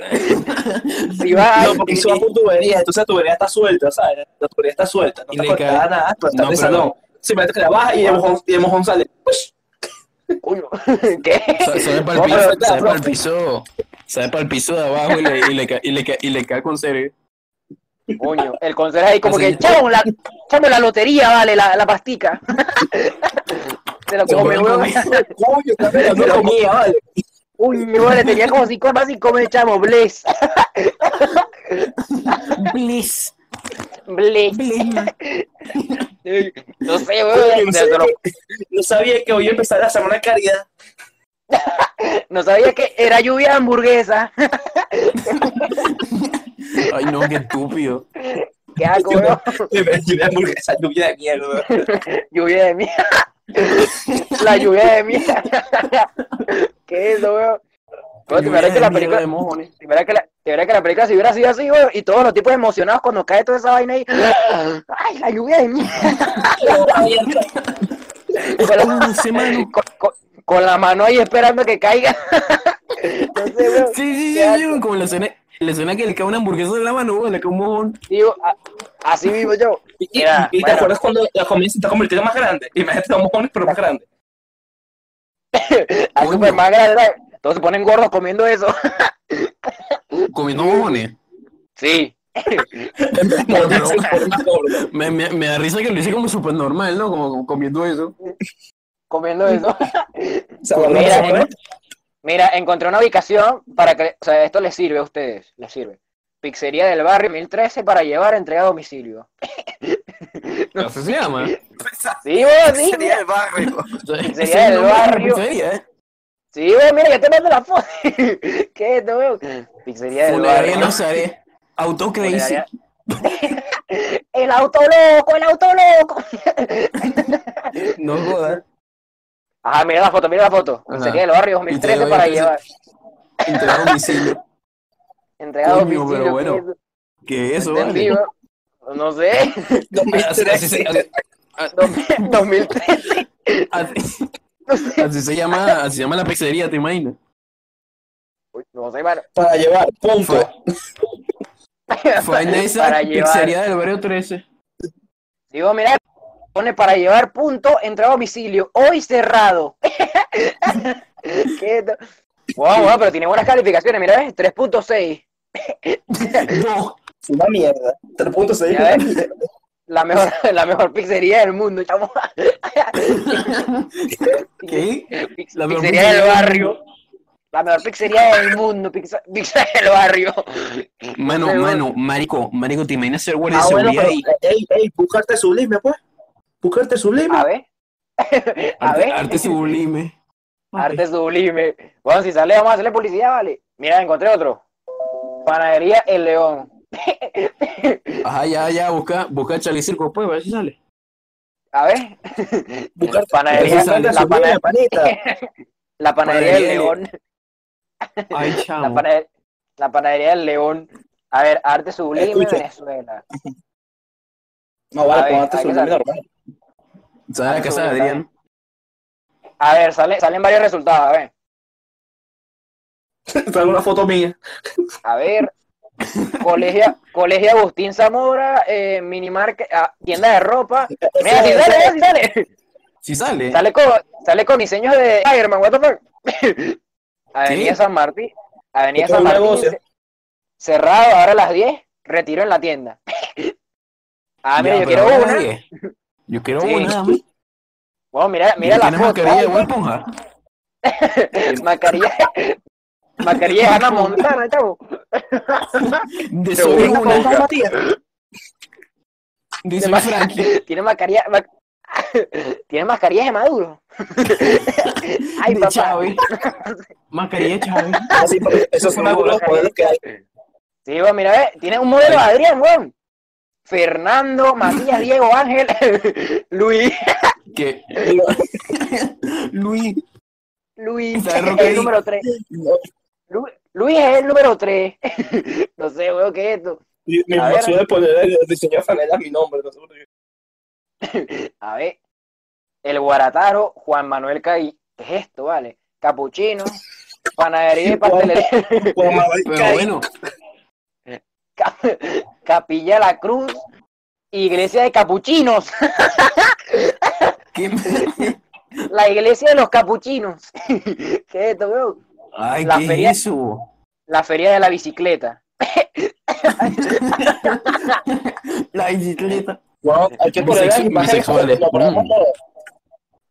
Speaker 1: si baje.
Speaker 4: No, porque hizo por tubería, entonces la tubería está suelta, ¿sabes? La tubería está suelta, no
Speaker 2: Y
Speaker 4: está
Speaker 2: le
Speaker 4: conectada a
Speaker 2: cae.
Speaker 4: nada, pues,
Speaker 2: No,
Speaker 4: pero está en el
Speaker 2: pero-
Speaker 4: salón. Simplemente que la baja y el mojón, y el mojón sale. ¡push!
Speaker 1: Coño, ¿qué?
Speaker 2: Sa- Sale para
Speaker 1: No,
Speaker 2: el piso,
Speaker 1: pero-
Speaker 4: está,
Speaker 2: sale para el
Speaker 4: profe.
Speaker 2: piso, sale para el piso de abajo y le, y le, ca- y le, ca- y le cae con serio.
Speaker 1: Coño, el consejo ahí como que,
Speaker 2: Así-
Speaker 1: chamo, la, chamo, la lotería, vale, la, la pastica. Se lo
Speaker 2: Se
Speaker 1: come,
Speaker 2: fueron
Speaker 1: weón.
Speaker 2: conmigo.
Speaker 4: Coño, está pegando la comida, vale.
Speaker 1: Uy, mi weón, le tenía como cinco más y come, chamo, bless,
Speaker 2: Bliss,
Speaker 1: bless.
Speaker 2: bliss.
Speaker 1: No sé,
Speaker 4: Coño,
Speaker 1: weón,
Speaker 4: no
Speaker 1: se lo-
Speaker 4: sabía que- No sabía que hoy empezaba la semana de caridad.
Speaker 1: no sabía que era lluvia de hamburguesa.
Speaker 2: Ay, no, qué estúpido.
Speaker 1: Qué asco, weón.
Speaker 4: Me metí una hamburguesa lluvia de mierda.
Speaker 1: Lluvia de mierda. la lluvia de mierda. ¿Qué es eso, weón? Weón, te
Speaker 2: Lluvia
Speaker 1: verás que
Speaker 2: de
Speaker 1: la
Speaker 2: mierda
Speaker 1: película.
Speaker 2: de mojones.
Speaker 1: te verás que la, te verás que la película si hubiera sido así, weón, y todos los tipos emocionados cuando cae toda esa vaina ahí. ¡Ay, la lluvia de mierda! con, la,
Speaker 2: Dulce, mano.
Speaker 1: con- con- con la mano ahí esperando que caiga. no sé, weón.
Speaker 2: Sí, sí, sí,
Speaker 1: Qué
Speaker 2: sí, como la escena, la escena que le cae una hamburguesa en la mano, güey, le cae un mojón.
Speaker 1: Digo, a- así vivo yo.
Speaker 4: ¿Y, y-
Speaker 1: Mira,
Speaker 4: y te
Speaker 1: bueno.
Speaker 4: acuerdas cuando la comida se está convirtiendo más grande? Imagínate los mojones, pero más grande.
Speaker 1: A Superman grande. ¿verdad? Todos se ponen gordos comiendo eso.
Speaker 2: Comiendo mojones.
Speaker 1: Sí.
Speaker 4: En vez de morirse, por más gordo.
Speaker 2: Me, me, me da risa que lo hice como súper normal, ¿no? Como, como comiendo eso.
Speaker 1: Comiendo eso.
Speaker 4: O sea,
Speaker 1: Pues mira,
Speaker 4: bueno,
Speaker 1: Mira, encontré una ubicación para que, o sea, esto les sirve a ustedes, les sirve. Pizzería del Barrio 1013 para llevar entrega a domicilio.
Speaker 2: Así se llama.
Speaker 1: pues, Sí, weón, sí.
Speaker 4: Sería el barrio.
Speaker 1: Sería del barrio.
Speaker 2: ¿eh?
Speaker 1: Sí, weón, mira, yo te mando la foto. ¿Qué es esto, weón? Pizzería del
Speaker 2: Funeraria
Speaker 1: Barrio.
Speaker 2: no seré. Auto crazy.
Speaker 1: Funeraria. El auto loco, el auto loco.
Speaker 2: No jodas.
Speaker 1: Ah, mira la foto, mira la foto.
Speaker 2: Ajá.
Speaker 1: Pizzería del Barrio
Speaker 2: Y te
Speaker 1: 2013
Speaker 2: doy
Speaker 1: para
Speaker 2: entonces-
Speaker 1: llevar.
Speaker 2: Entrega a domicilio.
Speaker 1: Entrega a
Speaker 2: Coño,
Speaker 1: domicilio.
Speaker 2: pero bueno,
Speaker 1: ¿qué es eso?
Speaker 2: ¿Qué es eso,
Speaker 1: Entendí,
Speaker 2: vale?
Speaker 1: weón. No sé.
Speaker 2: Así- así se- así-
Speaker 1: Dos- 2013.
Speaker 2: así-
Speaker 1: No sé.
Speaker 2: Así se llama, así se llama la pizzería, ¿te imaginas?
Speaker 1: Uy, No sé, mano.
Speaker 4: Para llevar, punto.
Speaker 2: Fue, fue en esa
Speaker 1: Para llevar.
Speaker 2: pizzería del barrio 13.
Speaker 1: Digo, mira, pone para llevar punto, entra a domicilio, hoy cerrado. ¿Qué tal? Guau, guau, pero tiene buenas calificaciones, mira, ¿ves? 3.6.
Speaker 2: No,
Speaker 4: Fue una mierda. 3.6.
Speaker 1: Ya ves. La mejor, la mejor pizzería del mundo, chamo.
Speaker 2: ¿qué?
Speaker 1: Piz-
Speaker 2: La mejor
Speaker 1: pizzería del barrio. La mejor pizzería del mundo, pizza, pizza del barrio.
Speaker 2: Mano,
Speaker 1: Pero-
Speaker 2: mano, marico, marico, ¿te imaginas ser guardia de
Speaker 4: Ah, bueno,
Speaker 2: seguridad
Speaker 4: pero.
Speaker 2: ahí?
Speaker 4: Ey, ey, buscarte sublime, pues. Buscarte sublime.
Speaker 1: A ver. A
Speaker 2: Arte,
Speaker 1: ver.
Speaker 2: arte sublime.
Speaker 1: Arte sublime. Bueno, si sale, vamos a hacerle publicidad, vale. Mira, encontré otro. Panadería El León.
Speaker 2: Ajá, ya, ya, busca, busca Charlie Circo, pues, a ver si sale.
Speaker 1: A ver.
Speaker 4: Buscar-
Speaker 1: Panadería,
Speaker 2: Eso
Speaker 1: la,
Speaker 2: sale
Speaker 4: Buscarte sublime,
Speaker 1: pana-
Speaker 4: panita.
Speaker 1: la panadería del
Speaker 2: Panadería del-
Speaker 1: León.
Speaker 2: Ay,
Speaker 1: La,
Speaker 2: chamo.
Speaker 1: pana- la panadería del León. A ver, arte sublime
Speaker 4: Escucha.
Speaker 1: Venezuela.
Speaker 4: No, vale,
Speaker 1: A ver,
Speaker 4: ponerte
Speaker 1: hay que
Speaker 4: sublime
Speaker 1: saber.
Speaker 4: normal.
Speaker 2: ¿Sabes la casa de Adrián?
Speaker 1: A ver, sale, salen varios resultados. A ver.
Speaker 4: Sale una foto mía.
Speaker 1: A ver. Colegia, Colegio Agustín Zamora, eh, minimarket, ah, tienda de ropa. Mira, si
Speaker 4: Ese-
Speaker 1: sale, mira, si sale.
Speaker 2: Si sale.
Speaker 1: Sale con, sale con diseños de Spider-Man, what the fuck. Avenida
Speaker 2: ¿Qué?
Speaker 1: San Martín. Avenida
Speaker 4: Esto es
Speaker 1: San
Speaker 4: un
Speaker 1: Martín.
Speaker 4: negocio.
Speaker 1: ce- Cerrado ahora a las 10. Retiro en la tienda. Ah, mira,
Speaker 2: Ya,
Speaker 1: yo quiero
Speaker 2: pero ahora
Speaker 1: una.
Speaker 2: nadie. Yo quiero
Speaker 1: Sí.
Speaker 2: una.
Speaker 1: Bueno, mira, mira la
Speaker 2: ¿Tienes
Speaker 1: foto.
Speaker 2: mascarilla de Bob Esponja?
Speaker 1: Mascarilla. Mascarilla de Hannah Montana, chavo.
Speaker 2: De
Speaker 1: Te
Speaker 2: soy
Speaker 1: voy a
Speaker 2: una. Eh,
Speaker 1: comprar,
Speaker 2: De soy Frankie.
Speaker 1: Tiene mascarilla. ma- Tiene mascarilla de Maduro. Ay,
Speaker 2: de
Speaker 1: papá.
Speaker 2: Chávez. Mascarilla de Chávez.
Speaker 4: Así, porque esos son algunos modelos que hay.
Speaker 1: Sí, bueno, mira, ve, tiene un modelo de Adrián, weón. Fernando, Matías, Diego, Ángel, Luis,
Speaker 2: Que... Luis.
Speaker 1: Luis,
Speaker 2: ¿Sabes lo
Speaker 1: es
Speaker 2: que
Speaker 1: el
Speaker 2: di-
Speaker 1: número 3. Luis es el número 3. No sé, weón, qué es esto.
Speaker 4: Y Me
Speaker 1: A ver.
Speaker 4: emocioné de poner el diseño de franela mi nombre. No sé por qué.
Speaker 1: A ver, el Guarataro, Juan Manuel Caí. ¿Qué es esto, vale? Capuchino, panadería y pastelería.
Speaker 4: Juan Manuel
Speaker 2: Pero
Speaker 4: Caí.
Speaker 2: bueno,
Speaker 1: Cap- Capilla La Cruz, iglesia de capuchinos.
Speaker 2: ¿qué?
Speaker 1: La iglesia de los capuchinos. ¿Qué es esto, weón?
Speaker 2: Ay,
Speaker 1: La
Speaker 2: ¿qué
Speaker 1: feria-
Speaker 2: es eso?
Speaker 1: La feria de la bicicleta.
Speaker 2: La bicicleta.
Speaker 4: Bueno, hay que poner las
Speaker 2: Bisexu-
Speaker 4: imágenes cuando
Speaker 2: bisexuales.
Speaker 4: nombramos,
Speaker 2: Mm.
Speaker 4: los-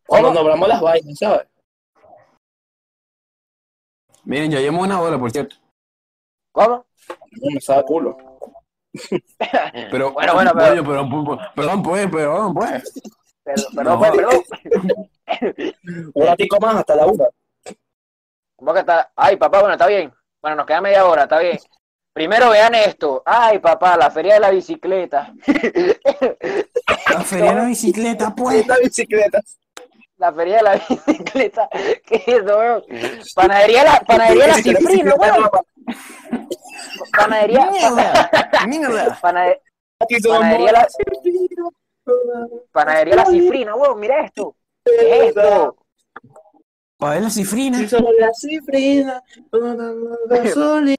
Speaker 4: cuando
Speaker 1: ¿Cómo?
Speaker 4: nombramos las vainas, ¿sabes?
Speaker 2: Miren, ya llevamos una hora, por cierto.
Speaker 1: ¿Cómo?
Speaker 4: No sabe culo.
Speaker 2: Pero,
Speaker 1: Bueno, bueno, pero-
Speaker 2: Coño, pero, pu- perdón, pues, perdón, pues.
Speaker 1: Perdón,
Speaker 2: No.
Speaker 1: perdón, pues, perdón.
Speaker 4: Un ratico más hasta la una.
Speaker 1: ¿Cómo que está? Ay, papá, bueno, está bien. Bueno, nos queda media hora, está bien. Primero vean esto. Ay, papá, la feria de la bicicleta.
Speaker 2: La feria de la bicicleta, pues.
Speaker 4: Esta bicicleta.
Speaker 1: La feria de la bicicleta. ¿Qué es eso, weón? Panadería la, panadería la
Speaker 4: Bicicleta,
Speaker 1: Cifrino,
Speaker 4: bicicleta,
Speaker 1: weón.
Speaker 4: ropa.
Speaker 1: Panadería,
Speaker 2: Mierda, mierda.
Speaker 1: panade-
Speaker 4: Aquí somos
Speaker 1: Panadería la-
Speaker 4: Cifrino.
Speaker 1: panadería la cifrina, weón. Mira esto. ¿Qué es esto?
Speaker 2: Pa' ver la cifrina.
Speaker 4: Aquí somos la cifrina. Gasolina.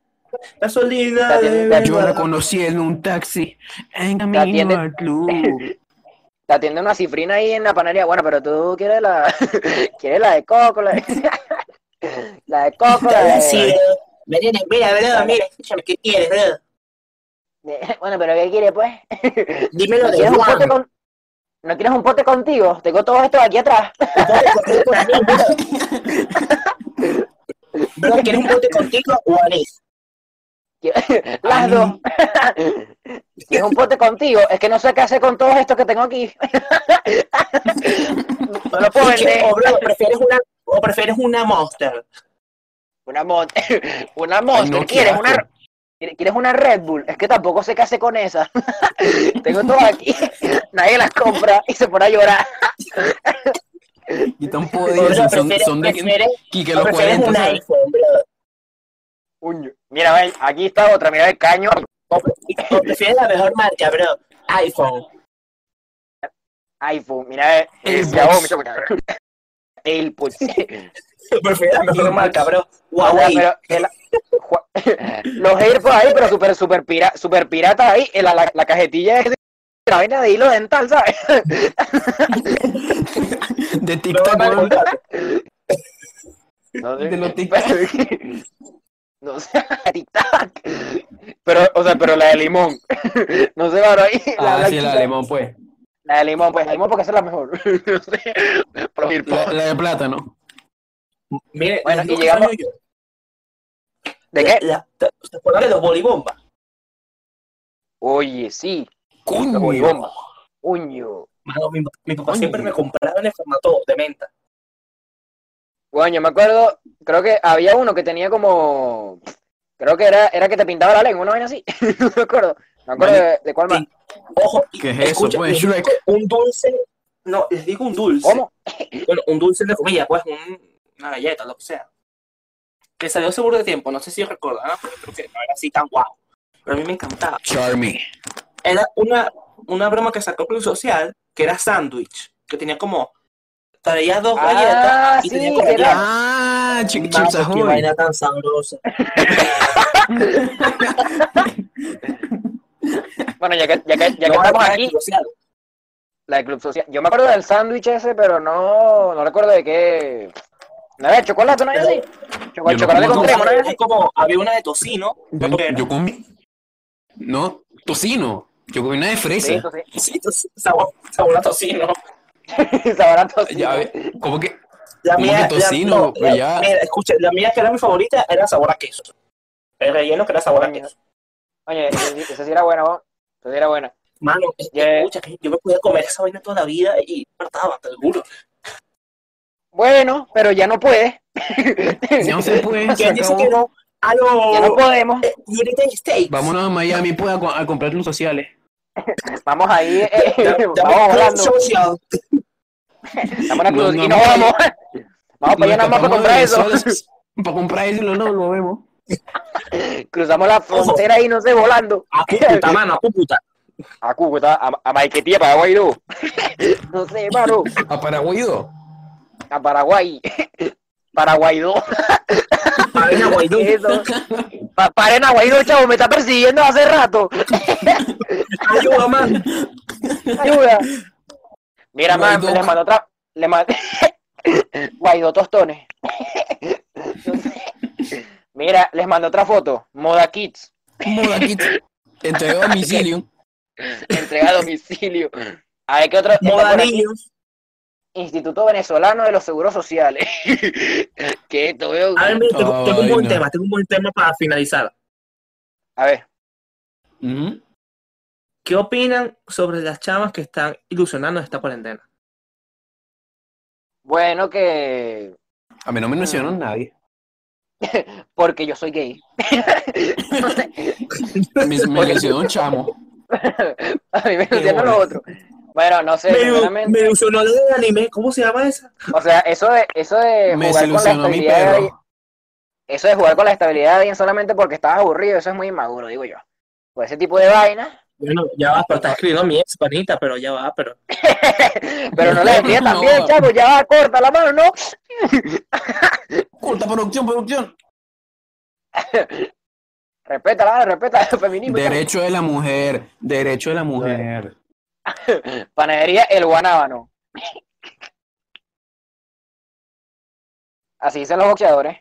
Speaker 4: Gasolina.
Speaker 1: Te atiende-
Speaker 4: de
Speaker 1: te
Speaker 2: Yo la
Speaker 4: verdad.
Speaker 2: conocí en un taxi en camino
Speaker 1: atiende-
Speaker 2: al club.
Speaker 1: Te atiende una cifrina ahí en la panadería. Bueno, pero tú quieres la, quieres la de coco, la de, la de coco, la de...
Speaker 6: Sí, Mira, mira, bro, mira, escúchame, ¿qué quieres, bro?
Speaker 1: Bueno, pero ¿qué quieres, pues?
Speaker 6: Dímelo
Speaker 1: ¿No
Speaker 6: de
Speaker 1: quieres, un pote
Speaker 6: Juan.
Speaker 1: con- ¿No quieres un pote contigo? Tengo todo esto aquí atrás.
Speaker 6: Bro, ¿quieres un bote contigo o anís?
Speaker 1: Quiero- Las dos. es un pote contigo, es que no sé qué hacer con todos estos que tengo aquí. no lo puedo
Speaker 6: Es que,
Speaker 1: vender.
Speaker 6: o, bro, prefieres una, o prefieres una Monster.
Speaker 1: Una mon una
Speaker 2: Ay,
Speaker 1: monster.
Speaker 2: no, qué
Speaker 1: ¿Quieres
Speaker 2: asco.
Speaker 1: una ¿Quieres quieres una Red Bull? Es que tampoco sé qué hacer con esa. Tengo todas aquí. Nadie las compra y se pone a llorar.
Speaker 2: Y tan
Speaker 6: O, bro,
Speaker 2: poderosos son,
Speaker 6: prefieres,
Speaker 2: son de que,
Speaker 6: prefieres-
Speaker 2: que
Speaker 6: o
Speaker 2: los
Speaker 6: prefieres
Speaker 2: 40.
Speaker 6: un
Speaker 2: ¿sabes?
Speaker 6: iPhone, bro.
Speaker 1: Uño. Mira, ven, aquí está otra. Mira el caño.
Speaker 6: O, pre- o prefieres la mejor marca, bro. iPhone.
Speaker 1: iPhone. Mira, eh,
Speaker 2: AirPods.
Speaker 1: Xiaomi, chaval. AirPods.
Speaker 6: Prefieres la mejor marca, bro.
Speaker 1: O sea,
Speaker 6: Huawei.
Speaker 1: pero el- Ju- los AirPods ahí, pero super, super, pira, super pirata ahí. el- la, la cajetilla es de la vaina de hilo dental, ¿sabes?
Speaker 2: De
Speaker 6: No
Speaker 2: TikTok,
Speaker 6: van a
Speaker 2: weón.
Speaker 6: comprar.
Speaker 1: No sé.
Speaker 2: De los TikTok.
Speaker 1: No sé, tic-tac. Pero, o sea, pero la de limón. No sé, claro, ahí. La,
Speaker 2: Ah, sí,
Speaker 1: blanquita.
Speaker 2: la alemán, pues.
Speaker 1: La de limón, pues, la de limón porque esa es la mejor. No sé. Pero los
Speaker 2: La,
Speaker 1: AirPods.
Speaker 2: la de plátano.
Speaker 4: Mire,
Speaker 1: Bueno,
Speaker 4: les
Speaker 1: y
Speaker 4: digo
Speaker 1: llegamos-
Speaker 4: algo yo.
Speaker 1: ¿De qué?
Speaker 6: La- la- ¿Se acuerdan de los bolibombas?
Speaker 1: Oye, sí.
Speaker 2: Coño.
Speaker 1: La bolibomba. Uño.
Speaker 4: Mano, mi, mi papá
Speaker 2: Coño.
Speaker 4: siempre me compraba en el formato de menta.
Speaker 1: Bueno, yo me acuerdo, creo que había uno que tenía como. Creo que era, era que te pintaba la lengua, una vaina así. no me acuerdo. No me acuerdo de, de cuál más.
Speaker 4: Sí. Ojo, y-
Speaker 2: ¿Qué es eso,
Speaker 4: escucha,
Speaker 2: pues,
Speaker 4: les digo
Speaker 2: Shrek?
Speaker 4: un dulce. No, les digo un dulce.
Speaker 1: ¿Cómo?
Speaker 4: Bueno, un dulce de comida, pues, un- una galleta, lo que sea. Que salió seguro de tiempo, no sé si recuerdan, ¿no? Porque creo que no era así tan guau. Pero a mí me encantaba.
Speaker 2: Charmy.
Speaker 4: Era una, una broma que sacó Club Social, que era sándwich, que tenía como. Traía dos
Speaker 1: Ah,
Speaker 4: galletas y
Speaker 1: sí,
Speaker 4: tenía como.
Speaker 1: que era-
Speaker 2: Ah, Chiqui
Speaker 4: Mano,
Speaker 2: Chips
Speaker 4: qué
Speaker 2: Ahoy.
Speaker 4: vaina tan sabrosa.
Speaker 1: Bueno, ya que, ya que, ya que
Speaker 4: No,
Speaker 1: estamos
Speaker 4: era
Speaker 1: aquí,
Speaker 4: Club Social.
Speaker 1: la del Club Social. Yo me acuerdo del sándwich ese, pero no, no recuerdo de qué. ¿No era de chocolate, no era así? Choco-
Speaker 2: Yo no
Speaker 1: chocolate
Speaker 2: como
Speaker 1: con
Speaker 4: Como-
Speaker 1: crema, no era
Speaker 4: hay
Speaker 1: así?
Speaker 4: como, había una de tocino.
Speaker 2: Yo,
Speaker 4: creo que era.
Speaker 2: yo comí. No, tocino. Yo comí una de
Speaker 1: Sí,
Speaker 2: fresa.
Speaker 1: sí.
Speaker 4: Sí, to- sabor, sabor a tocino.
Speaker 1: Sabrán todos.
Speaker 2: Ya, ve- ¿Cómo que?
Speaker 4: La
Speaker 2: ¿Cómo que tocino?
Speaker 4: no,
Speaker 2: Pero ya-
Speaker 4: mira, escucha, la mía que era mi favorita era sabor a queso. El relleno que era sabor a
Speaker 1: Coño.
Speaker 4: queso.
Speaker 1: Oye, esa sí- esa sí era buena, vos. Esa sí era buena.
Speaker 4: Mano, es que,
Speaker 1: Yeah.
Speaker 4: escucha, que yo me podía comer esa vaina toda la vida y partaba, te lo juro.
Speaker 1: Bueno, pero ya no puedes.
Speaker 2: Ya no se puede. se
Speaker 4: ¿Quién dice
Speaker 2: acabó.
Speaker 4: que no?
Speaker 1: Ya no
Speaker 4: ¡Aló!
Speaker 1: podemos.
Speaker 4: United States.
Speaker 2: Vámonos a Miami pues, a, co- a comprar los sociales.
Speaker 1: Vamos ahí, eh,
Speaker 4: Ya- ya me-
Speaker 1: vamos volando.
Speaker 4: Social.
Speaker 1: Estamos en la
Speaker 2: No,
Speaker 1: cruz
Speaker 2: no,
Speaker 1: y nos
Speaker 2: no.
Speaker 1: vamos.
Speaker 2: Ah,
Speaker 1: Vamos
Speaker 2: pues
Speaker 1: para allá nada más para
Speaker 2: escapamos
Speaker 1: comprar
Speaker 2: de
Speaker 1: eso.
Speaker 2: Venezuela, Para comprar eso y no nos volvemos.
Speaker 1: Cruzamos la frontera y no sé, volando.
Speaker 4: A Cúcuta, mano, a Cúcuta.
Speaker 1: A Cúcuta, a, a Maiquetía, para Guairú. No sé, mano.
Speaker 2: A Paraguay. ¿no?
Speaker 1: A Paraguay. Paraguaidó.
Speaker 4: A ver, a Guaidó.
Speaker 1: ¿Qué es eso? Pa- Paren a Guaidó, chavo, me está persiguiendo hace rato.
Speaker 4: Ayuda, mano.
Speaker 1: Ayuda. Mira, man,
Speaker 2: Guaidó.
Speaker 1: les mando otra. Le mando. Guaidó tostones. No sé. Mira, les mando otra foto. Moda Kids.
Speaker 2: Moda Kids. Entrega a domicilio.
Speaker 1: Entrega a domicilio. A ver qué otro.
Speaker 4: Moda niños.
Speaker 1: Instituto Venezolano de los Seguros Sociales. que esto veo.
Speaker 4: A ver, mira, tengo, tengo un
Speaker 2: Ay,
Speaker 4: buen
Speaker 2: no.
Speaker 4: tema, tengo un buen tema para finalizar.
Speaker 1: A ver.
Speaker 2: Ujú.
Speaker 4: ¿Qué opinan sobre las chamas que están ilusionando esta cuarentena?
Speaker 1: Bueno, que.
Speaker 2: A mí no me mencionó
Speaker 1: Ah.
Speaker 2: nadie.
Speaker 1: Porque yo soy gay.
Speaker 2: Me, me mencionó un chamo.
Speaker 1: A mí me
Speaker 2: bueno.
Speaker 1: entiendo lo otro. Bueno, no sé,
Speaker 4: me,
Speaker 1: sinceramente.
Speaker 4: me ilusionó la del anime, ¿cómo se llama esa?
Speaker 1: O sea, eso de, eso de
Speaker 2: Me
Speaker 1: eh, jugar con la
Speaker 2: desilusionó mi
Speaker 1: estabilidad de alguien,
Speaker 2: perro.
Speaker 1: eso de jugar con la estabilidad de alguien solamente porque estabas aburrido, eso es muy inmaduro, digo yo. Por ese tipo de vaina,
Speaker 4: Bueno, ya va, Ah, pero está escribiendo mi ex panita, pero ya va, pero.
Speaker 1: pero no le decía
Speaker 2: No.
Speaker 1: también, chavo, ya va, corta la mano, ¿no?
Speaker 2: Corta producción, producción.
Speaker 1: Respeta la mano, respeta el feminismo. chavo.
Speaker 2: Derecho de la mujer. Derecho de la mujer.
Speaker 1: Panadería El Guanábano. Así dicen los boxeadores.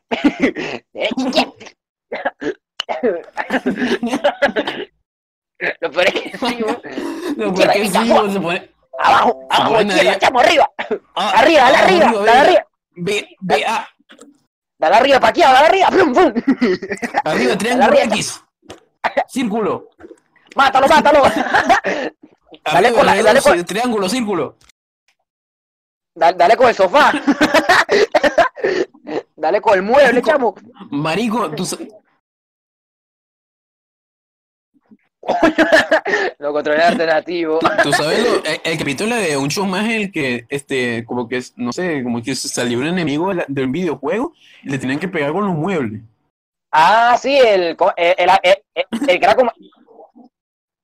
Speaker 1: Lo peor es que sí, güey.
Speaker 2: No, porque sí, no se pone.
Speaker 1: Abajo, abajo,
Speaker 2: Bueno,
Speaker 1: izquierda,
Speaker 2: ya-
Speaker 1: chamo, arriba,
Speaker 2: Ah,
Speaker 1: arriba, dale arriba,
Speaker 2: amigo,
Speaker 1: dale
Speaker 2: venga.
Speaker 1: arriba,
Speaker 2: Ve, ve, ah,
Speaker 1: dale arriba, paqueado, dale arriba, plum, plum.
Speaker 2: arriba, triángulo
Speaker 1: Dale arriba.
Speaker 2: X. Círculo.
Speaker 1: ¡Mátalo, mátalo! Dale
Speaker 2: Arriba,
Speaker 1: con la-
Speaker 2: alrededor,
Speaker 1: dale con-
Speaker 2: sí, Triángulo, círculo.
Speaker 1: Dale, dale con el sofá. dale con el mueble, chamo.
Speaker 2: Marico, tú sa-
Speaker 1: Lo controlé alternativo.
Speaker 2: Tú sabes, lo- el, el capítulo de un show más en el que, este, como que, no sé, como que salió un enemigo de, la- de un videojuego y le tenían que pegar con los muebles.
Speaker 1: Ah, sí, el, co- el, el, el- el- el que era como-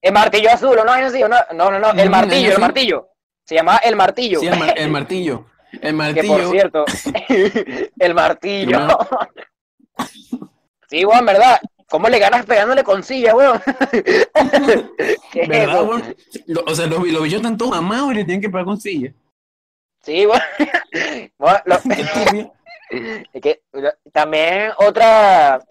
Speaker 1: el martillo azul, ¿o ¿no? Ay, no, sí, ¿o ¿no? No, no, no, el
Speaker 2: Mm,
Speaker 1: martillo,
Speaker 2: ajá,
Speaker 1: el
Speaker 2: sí.
Speaker 1: martillo. Se llamaba el martillo.
Speaker 2: Sí, el, mar- el martillo. El
Speaker 1: que por
Speaker 2: martillo.
Speaker 1: cierto, el martillo.
Speaker 2: Hermano.
Speaker 1: sí, weón, ¿verdad? ¿Cómo le ganas pegándole con silla, weón? ¿Qué es
Speaker 2: ¿Verdad,
Speaker 1: eso?
Speaker 2: weón? Lo- o sea, los, los bichos están todos mamados y le tienen que pegar con silla.
Speaker 1: Sí, weón. Weón, lo-
Speaker 2: Qué turbio.
Speaker 1: Es que la- también otra.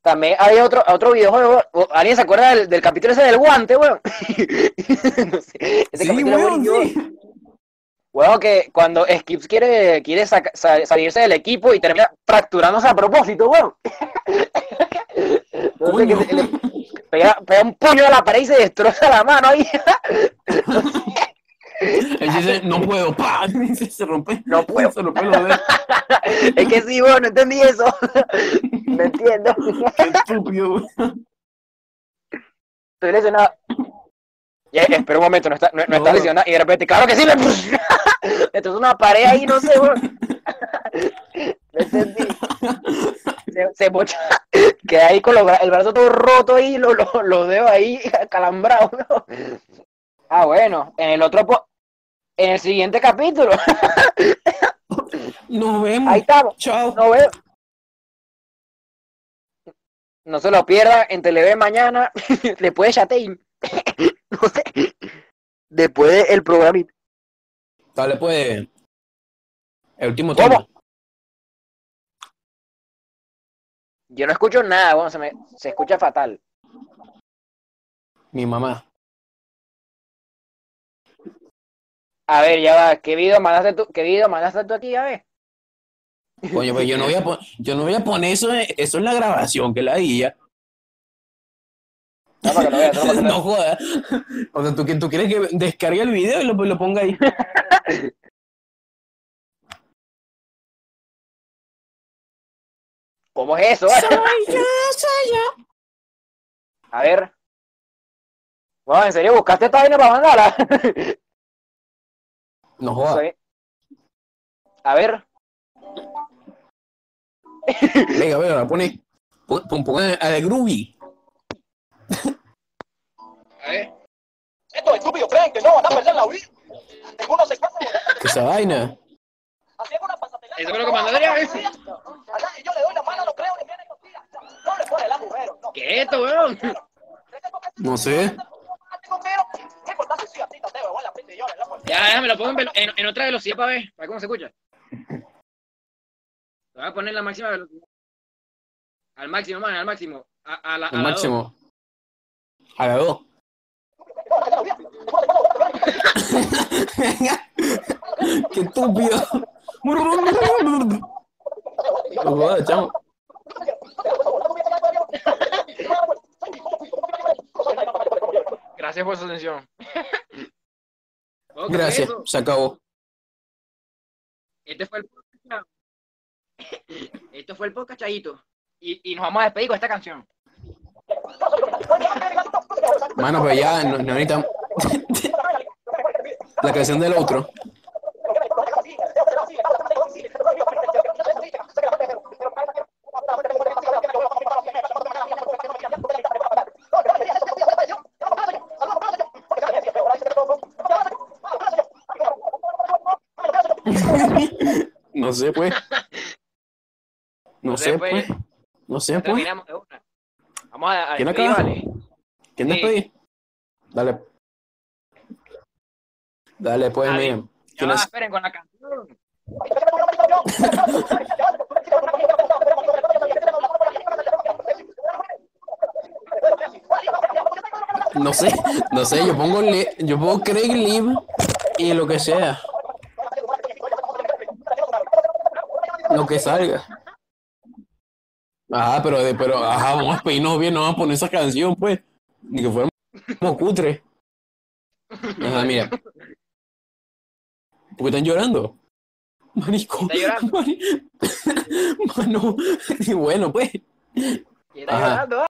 Speaker 1: También había otro, otro videojuego. o- ¿Alguien se acuerda del, del capítulo ese del guante, weón? No sé, ese
Speaker 2: Sí,
Speaker 1: capítulo es
Speaker 2: weón,
Speaker 1: buenísimo.
Speaker 2: sí.
Speaker 1: Weón, que cuando Skips quiere, quiere saca- sa- salirse del equipo y termina fracturándose a propósito, weón. No sé, que
Speaker 2: Coño.
Speaker 1: le- le pega, pega un puño a la pared y se destroza la mano ahí.
Speaker 2: Él dice, no puedo, pa, y se- se rompe.
Speaker 1: No puedo.
Speaker 2: Se rompe los dedos.
Speaker 1: Es que sí, weón, no entendí eso. No entiendo.
Speaker 2: Qué estúpido, weón.
Speaker 1: estoy lesionado. Ya, espera un momento, no está, no, no está
Speaker 2: No.
Speaker 1: lesionado. Y de repente, claro que sí, me... Esto es una pared ahí, no sé, weón. No entendí. Se, se mocha. Queda ahí con los bra- el brazo todo roto ahí, los lo, los dedos ahí acalambrados. ¿no? Ah, bueno, en el otro. po- En el siguiente capítulo.
Speaker 2: Nos vemos.
Speaker 1: Ahí estamos.
Speaker 2: Chao.
Speaker 1: No veo. No se lo pierda en Televé mañana, después de Chatein. no sé. Después del programa.
Speaker 2: Dale, pues. El último
Speaker 1: ¿Cómo?
Speaker 2: tema.
Speaker 1: Yo no escucho nada, bueno, se, me, se escucha fatal.
Speaker 2: Mi mamá.
Speaker 1: A ver, ya va. ¿Qué video mandaste tú, qué video mandaste tú aquí, a ver?
Speaker 2: Coño, pues yo no voy a, pon- yo no voy a poner eso. en- Eso es la grabación que la guía.
Speaker 1: No, para que lo veas, no, para que lo
Speaker 2: No jodas. O sea, ¿tú, que- tú quieres que descargue el video y lo, lo ponga ahí.
Speaker 1: ¿Cómo es eso? A ver. Bueno, ¿en serio buscaste esta vaina para mandarla?
Speaker 2: No jodas.
Speaker 1: Soy- A ver.
Speaker 2: Venga, venga, pone. Pon, pon, pon a a la Groovy.
Speaker 7: Estos estúpidos creen que no van a perder la vida. Ninguno se casa
Speaker 2: Que esa vaina.
Speaker 7: haciendo una pasatelera.
Speaker 3: Eso es lo que mandaría, ¿eh?
Speaker 7: A nadie yo le doy la mano, no creo ni viene ni mentira. No le pone el agujero. No.
Speaker 1: ¿Qué es esto, weón?
Speaker 2: No sé.
Speaker 7: No importa si sí, a ti te veo en la frente y yo en la puerta.
Speaker 1: Ya, déjame, lo pongo en, vel- en- en otra velocidad para ver, para ver cómo se escucha. Lo voy a poner en la máxima velocidad. Al máximo, man, al máximo. A, a la, a
Speaker 2: El
Speaker 1: la dos.
Speaker 2: máximo. A la dos. Qué estúpido. No jodas, chamo.
Speaker 1: Gracias por su atención. Ok,
Speaker 2: Gracias.
Speaker 1: eso.
Speaker 2: Se acabó.
Speaker 1: Este fue el podcast. Esto fue el podcast, Chayito. Y, y nos vamos a despedir con esta canción.
Speaker 2: Mano, pero ya no, no ahorita. La canción del otro. No sé, pues. No sé, pues. No sé, pues.
Speaker 1: Terminamos de una. Vamos a, a
Speaker 2: ¿Quién
Speaker 1: despedir,
Speaker 2: acaba?
Speaker 1: vale.
Speaker 2: ¿Quién
Speaker 1: Sí.
Speaker 2: despedí? Dale. Dale, pues,
Speaker 1: Dale.
Speaker 2: miren.
Speaker 1: Ya
Speaker 2: ¿Quién
Speaker 1: va,
Speaker 2: es?
Speaker 1: esperen con la canción.
Speaker 2: No sé, no sé, yo pongo le- yo pongo Craig Lib y lo que sea. Lo que salga. Ajá, pero, de- pero ajá, vamos a pedirnos bien, no vamos a poner esa canción, pues. Ni que fuéramos cutre. Ajá, mira. ¿Por qué están llorando? Marico.
Speaker 1: Está llorando.
Speaker 2: mari- Mano. Y bueno, pues.
Speaker 1: ¿Quién está
Speaker 2: Ajá.
Speaker 1: llorando?